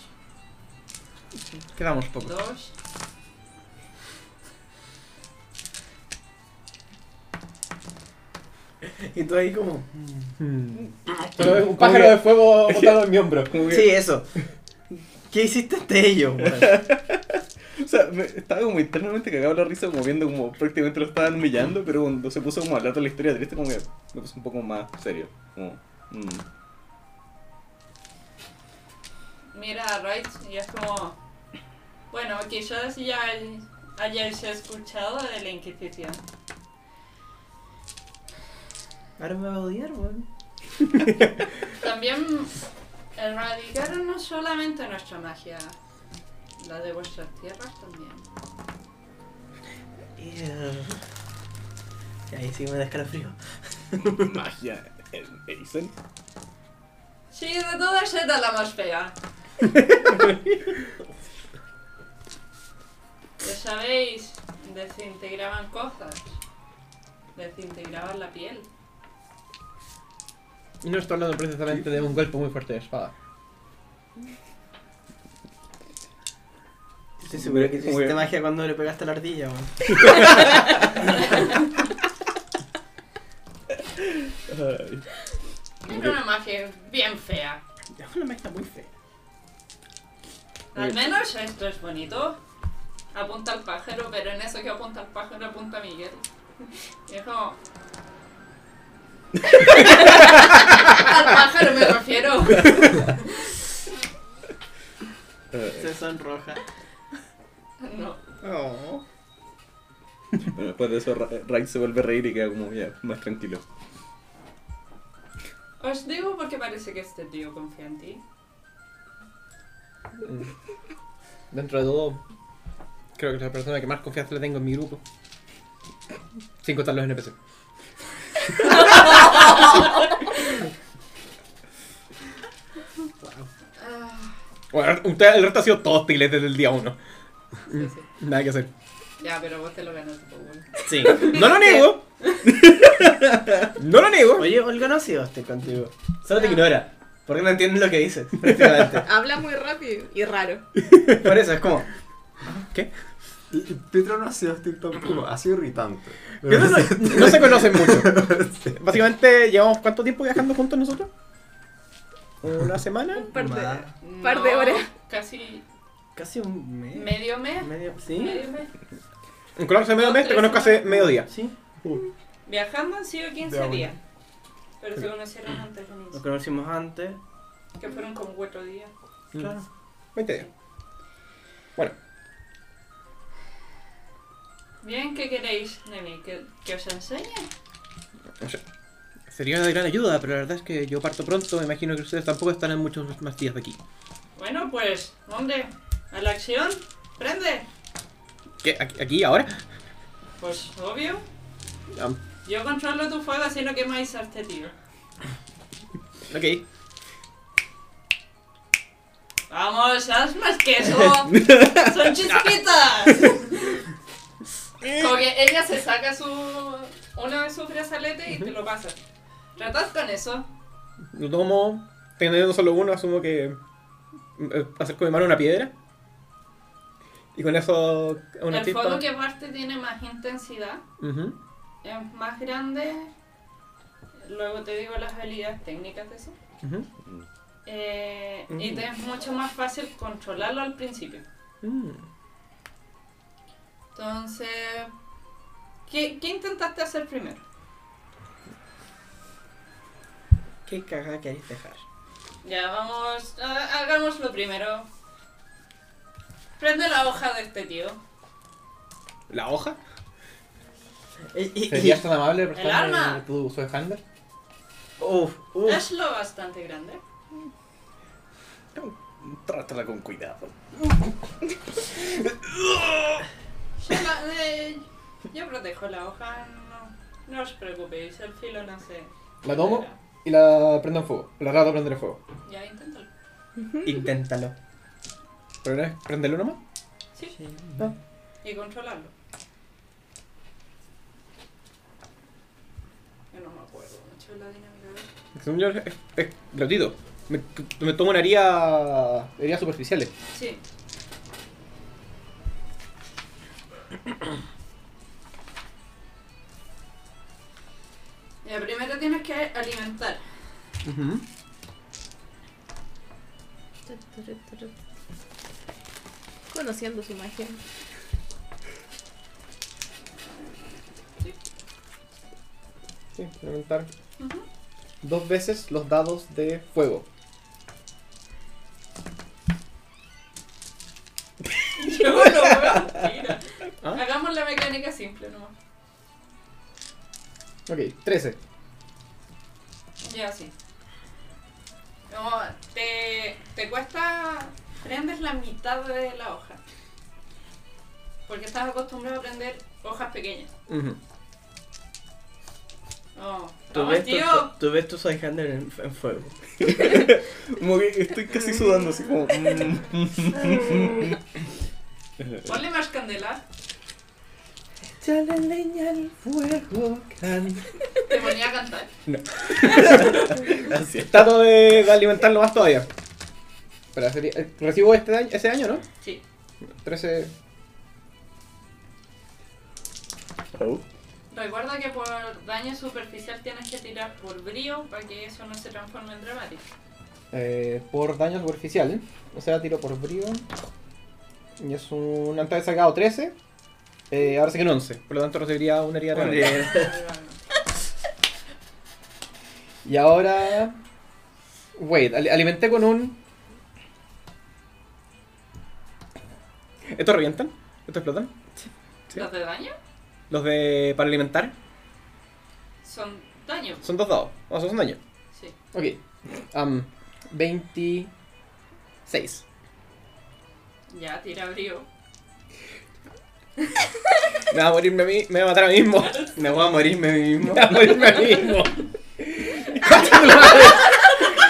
Quedamos poco.
Dos.
Y tú ahí como.
Mm.
Pero es
Como
un pájaro
que-
de fuego botado en mi hombro.
Sí, eso. ¿Qué hiciste ante ellos, weón?
O sea, me- estaba como internamente cagado la risa, como viendo como prácticamente lo estaban humillando, pero cuando se puso como a hablar de la historia triste, como que me puse un poco más serio. Como, mm.
mira a Wright y es como, bueno, quizás ya hay- hayáis escuchado de la Inquisición.
Ahora me va a odiar, weón.
También erradicaron no solamente nuestra magia, la de vuestras tierras también.
Y eh, ahí sí me da escalofrío.
magia en Edison.
Sí, de todas era la más fea. ya sabéis, desintegraban cosas, desintegraban la piel.
Y no estoy hablando precisamente de un golpe muy fuerte de espada.
Estoy seguro que tú
Muy
hiciste
bien.
magia cuando le pegaste a la ardilla, weón.
Era una magia bien fea.
Es una magia muy fea.
Al menos esto es bonito. Apunta al pájaro, pero en eso que apunta al pájaro apunta a Miguel. Y es como... al pájaro me refiero.
Se sonroja.
No.
Oh.
Bueno, después de eso, Ra- Raid se vuelve a reír y queda como ya más tranquilo.
Os digo porque parece que este tío confía en ti.
Dentro de todo, creo que es la persona que más confianza le tengo en mi grupo. Sin contar los NPC.
Ah,
Bueno, usted- el resto ha sido todo hostiles desde el día uno.
sí, sí.
Nada que hacer.
Ya, pero vos te lo ganaste, pues bueno.
Sí.
¡No lo niego! ¡No lo niego!
Oye, Olga no ha sido hostil contigo. Solo te ignora. Porque no entiendes lo que dices, prácticamente.
Habla muy rápido y raro.
Por eso es como.
Y- y Pietro no ha sido hostil tampoco, ha sido irritante.
Pietro no, no se conocen mucho. Básicamente, ¿llevamos cuánto tiempo viajando juntos nosotros? ¿Una semana?
Un par de,
Un
par de horas.
Casi
Casi un mes.
medio mes.
Medio,
¿Eh?
sí.
Medio mes.
En Colombia hace medio mes, te conozco hace medio día.
Sí.
Viajando han sido 15
Ya, bueno.
días. Pero se conocieron antes del
Nos
inicio.
conocimos antes.
Que fueron como 4 días.
Mm.
Claro. 20 días.
Bien, ¿qué queréis de mí? ¿Que, que os enseñe?
Sería de gran ayuda, pero la verdad es que yo parto pronto. Me imagino que ustedes tampoco estarán muchos más días de aquí.
Bueno, pues, ¿dónde? ¿A la acción? ¿Prende?
¿Qué? ¿Aquí? aquí, ¿Ahora?
Pues, obvio.
Am,
Yo controlo tu fuego así no quemáis a este tío.
ok.
Vamos, haz más que eso. Son chispitas. Como que ella se saca su uno de sus brazaletes y te lo pasa. Tratad con eso.
Lo tomo. Teniendo solo uno, asumo que. eh, Acerco mi mano a una piedra. Y con eso. a Una
el
chispa.
fuego que parte tiene más intensidad,
Ujú.
es más grande. Luego te digo las habilidades técnicas de eso.
Ujú.
Eh, Y te es mucho más fácil controlarlo al principio.
Mm.
Entonces, ¿qué, qué intentaste hacer primero?
¿Qué cagada queréis dejar?
Ya, vamos, ha- hagamos lo primero. Prende la hoja de este tío.
¿La hoja?
Y- y- y-
¿Serías tan amable de
El
prestarme
arma.
tu uso de Handler?
Uf, uf.
Hazlo bastante grande.
Trátala con cuidado.
Yo, la- eh, yo protejo la hoja, no, no os preocupéis, el filo no se...
La tomo y la prendo en fuego. La rato prender en fuego.
Ya, inténtalo.
Inténtalo.
¿Pero no es prenderlo nomás?
Sí,
Sí.
y controlarlo. Yo no me acuerdo mucho de la dinámica. de esto.
Según yo, es, es gratuito. Me, me tomo una herida, heridas superficiales.
Sí. Ya, primero tienes que alimentar.
Conociendo su magia.
Sí, aumentar
Ujú.
dos veces los dados de fuego.
Yo no veo, mira.
¿Ah?
Hagamos la mecánica simple nomás.
Ok, 13.
Ya, sí. No, te, te cuesta. Prendes la mitad de la hoja. Porque estás acostumbrado a prender hojas pequeñas. No.
Tú,
vamos,
ves tu,
tío.
tú ves tu Soy Handler en, en fuego.
Como que estoy casi sudando, así como. mm.
Ponle más candela.
Échale leña al fuego, grande.
Te ponía a cantar.
Así es.
Trato de, de alimentarlo más todavía. Pero sería- eh, recibo este daño, ese daño, ¿no?
Sí.
13.
Oh.
Recuerda que por daño superficial tienes que tirar por brío para que eso no se transforme en dramático.
eh, por daño superficial. O sea, tiro por brío. Y es un. Antes he sacado 13. Eh, ahora sí que 11. Por lo tanto, recibiría una herida de daño. Y ahora. Wait, al- alimenté con un. ¿Estos revientan? ¿Estos explotan? Sí.
¿Los de daño?
Los de. para alimentar
Son daño.
son dos dados. O sea, son daño.
Sí.
Ok. Am, 26.
Ya, tira brío.
Me va a morirme a mí, me va a matar a mí mismo. Me voy a morirme a mí mismo. Me voy a morirme a mí mismo. ¡Concha tu madre!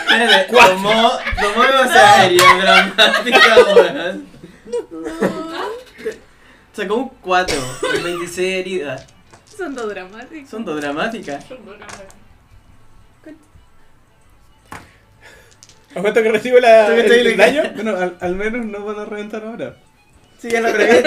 Espérate, tomó, tomó demasiada herida dramática, weón. Sacó un 4 y 26 heridas.
Son dos dramáticos.
Son dos dramáticas.
Son dos grandes.
Al momento que recibo la,
¿Tú
el,
cachai lo
el
que-
daño.
Bueno, al, al menos no van a reventar ahora.
Sí, ya lo pregunté.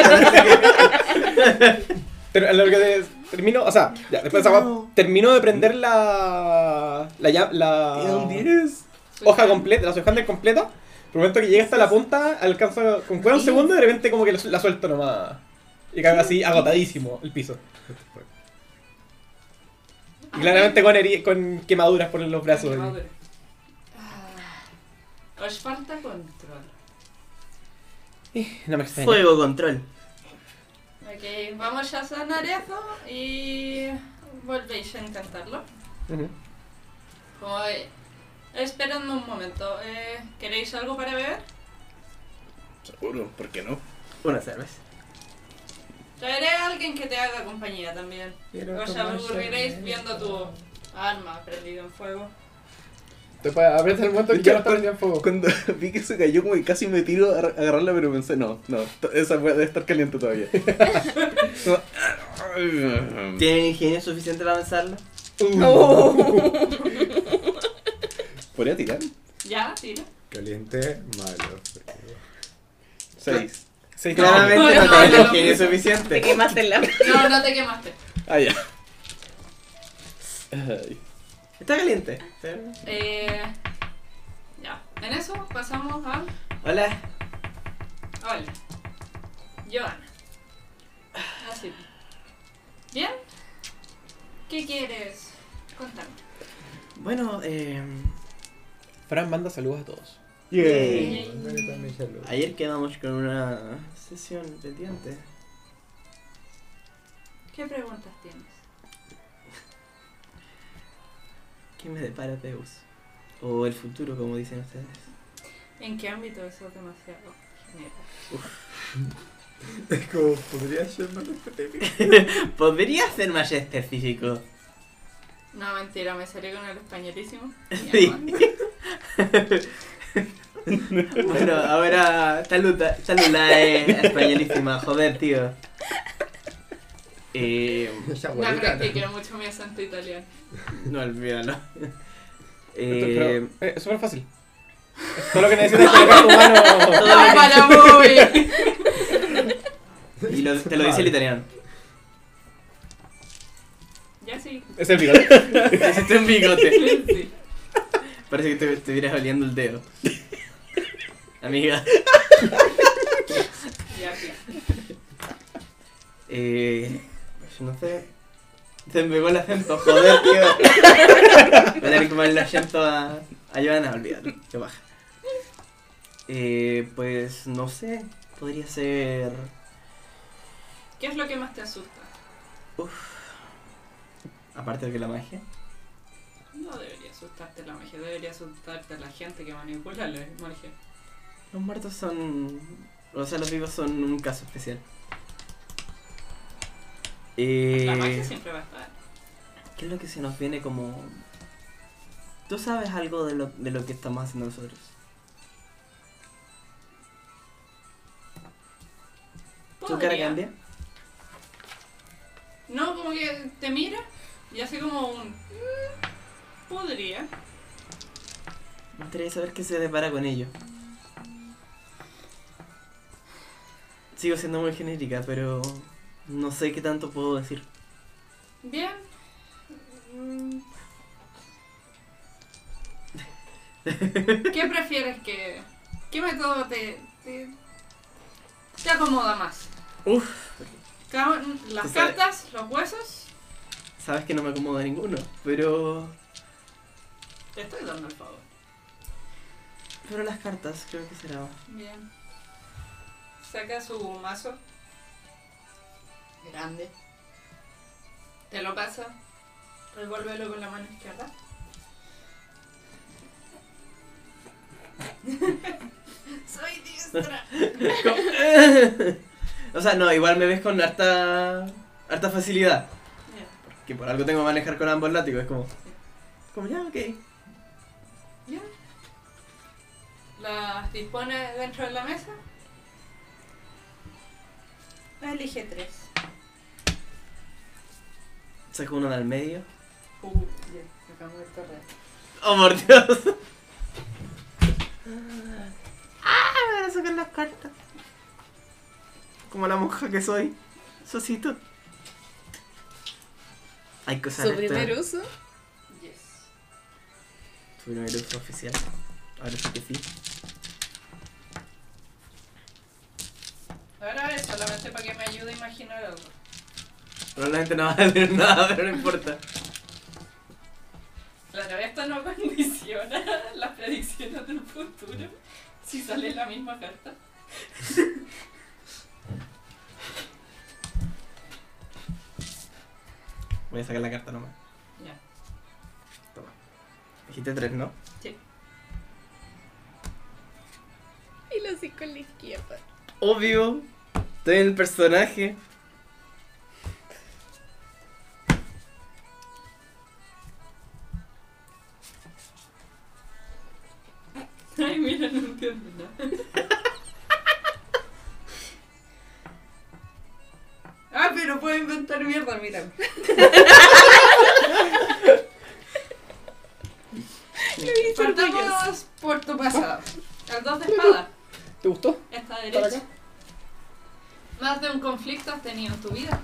Ter- lo que de- termino, o sea, ya, después de esa guapa, termino de prender la. La llave. La. Pues Hoja completa, la Sojander completa. Por el momento que llega hasta la punta, alcanza con cuero un segundo y de repente como que la, su- la suelto nomás. Y caigo así agotadísimo el piso.
Ah,
Y claramente con, heri- con quemaduras por los brazos.
Madre. Ah, Os falta control.
Eh, No me extraña.
Fuego control.
Ok, vamos a sanar eso y volvéis a intentarlo.
Ujú.
Como, eh, esperadme un momento. eh, ¿Queréis algo para beber?
Seguro, ¿por qué no?
Una cerveza.
Traeré a alguien que te haga compañía también. Os aburriréis viendo tu alma prendida en fuego.
Te pa- aprieta el momento que
Ya,
ya no está prendido en fuego.
Cuando vi que se cayó, como que casi me tiro a a agarrarla, pero pensé, no, no, t- esa weá debe estar caliente todavía. Como, Mm.
¿Tienen ingenio suficiente para avanzarla?
¿Podría tirar?
Ya, tira.
Caliente, malo.
Seis.
Sí,
Claramente no,
No, no,
tienen
no.
ingenio
Te
suficiente.
quemaste la.
No, no te quemaste.
Ah, ya. Ay.
Está caliente.
Eh, ya. En eso pasamos a.
Hola.
Hola. Joana. Así. ¿Bien? ¿Qué quieres? Contame.
Bueno, eh,
Fran manda saludos a todos.
Yay.
ayer quedamos con una sesión pendiente.
¿Qué preguntas tienes?
¿Qué me depara Deus? O el futuro, como dicen ustedes.
¿En qué ámbito eso es demasiado general?
Es como, podría ser más específico.
Podría ser más este específico.
No, mentira, me salió con el españolísimo.
Sí. bueno, ahora saluda, saluda eh, españolísima, joder, tío. Eh,
Esa
No
abuelita,
practiqué mucho mi acento italiano.
no olvídalo.
Pero,
Eh,
eh, es súper fácil. Es Todo lo que necesitas es colocar tu mano.
¡Ah, para movie!
y lo- te lo dice el italiano.
Ya sí.
Es el bigote.
Hiciste un bigote.
sí.
Parece que te estuvieras oliendo el dedo. Amiga.
Ya sí.
Eh, pues no sé. Se me pegó el acento, joder, tío. Voy a tener que poner el acento a, a Joana, olvídalo, que baja. Eh, pues no sé, podría ser.
¿Qué es lo que más te asusta?
Aparte de que la magia.
No debería asustarte la magia, debería asustarte la gente que manipula la magia.
Los muertos son. O sea, los vivos son un caso especial. Eh,
La magia siempre va a estar.
¿Qué es lo que se nos viene como.? ¿Tú sabes algo de lo, de lo que estamos haciendo nosotros? ¿Tu cara
Podría.
cambia?
No, como que te mira y hace como un... "Mm, Podría.
Me gustaría saber qué se depara con ello. Sigo siendo muy genérica, pero no sé qué tanto puedo decir.
Bien. Mm. ¿Qué prefieres que... ¿Qué método te... te, te acomoda más?
Uf,
Ca- Las
Tú sabes.
cartas, los huesos.
sabes que no me acomodo a ninguno, pero...
Te estoy dando el favor.
Pero las cartas creo que será...
Bien. Saca su mazo. Grande. Te lo pasa. Revuélvelo con la mano izquierda. Soy diestra.
o sea, no, igual me ves con harta... harta facilidad.
Ya,
Que por algo tengo que manejar con ambos látigos, es como... Como ya, ok.
ya. Las dispone dentro de la mesa. Elige tres.
Saco uno del medio.
Uh, ya, sacamos el torre.
¡Oh, por Dios! ¡Ah! Me van a sacar las cartas. como la monja que soy. Sosito. Hay cosas
Su primer
este.
uso.
Yes.
Su primer uso oficial. Ahora sí que sí.
Ahora es solamente para que me ayude a imaginar algo.
Probablemente no vas a decir nada, pero no importa.
Claro, esto no condiciona las predicciones del futuro si sale la misma carta.
Voy a sacar la carta nomás.
Ya.
Dijiste tres, ¿no?
Y los cinco en la izquierda.
Obvio. Estoy en el personaje.
Ay, mira, no entiendo nada. Ah, pero puedo inventar mierda, mira. Partamos por tu pasado. El dos de espada.
¿Te gustó?
Esta derecha. Más de un conflicto has tenido en tu vida.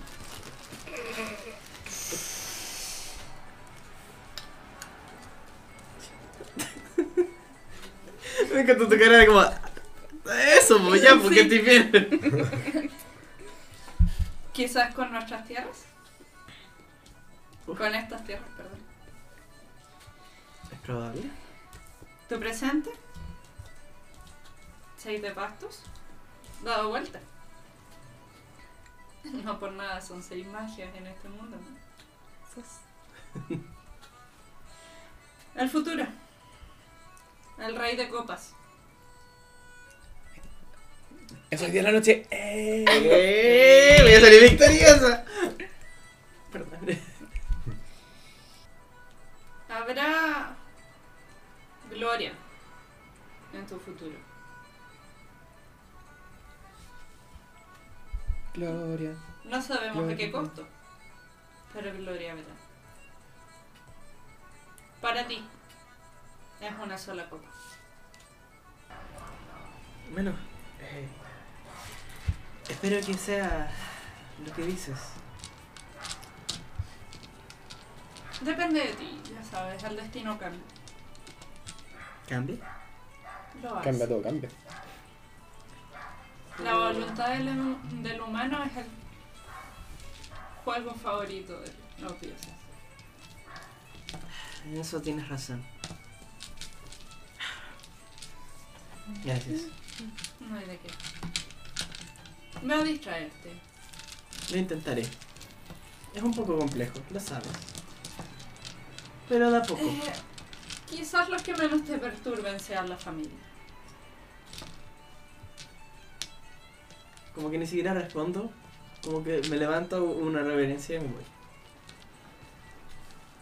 Me encantó tu cara de como. Eso, pues ya, porque estoy bien.
Quizás con nuestras tierras. Con estas tierras, perdón.
Es probable.
Tu presente. Seis de pastos. Dado vuelta. No por nada son seis magias en este mundo. ¿no? El futuro. El rey de copas.
Es hoy día de la noche.
¡Eh! Voy a salir victoriosa. Perdón.
Habrá gloria en tu futuro.
Gloria.
No sabemos a qué costo, pero gloria habrá. Para ti es una sola copa.
Bueno, eh, espero que sea lo que dices.
Depende de ti, ya sabes, el destino cambia.
¿Cambie?
Lo hace.
Cambia todo, cambia.
La voluntad del, del humano es el juego favorito de los dioses.
En eso tienes razón. Gracias.
No hay de qué. Me a distraerte.
Lo intentaré. Es un poco complejo, lo sabes. Pero da poco.
Eh, quizás los que menos te perturben sean la familia.
Como que ni siquiera respondo. Como que me levanto una reverencia y me voy.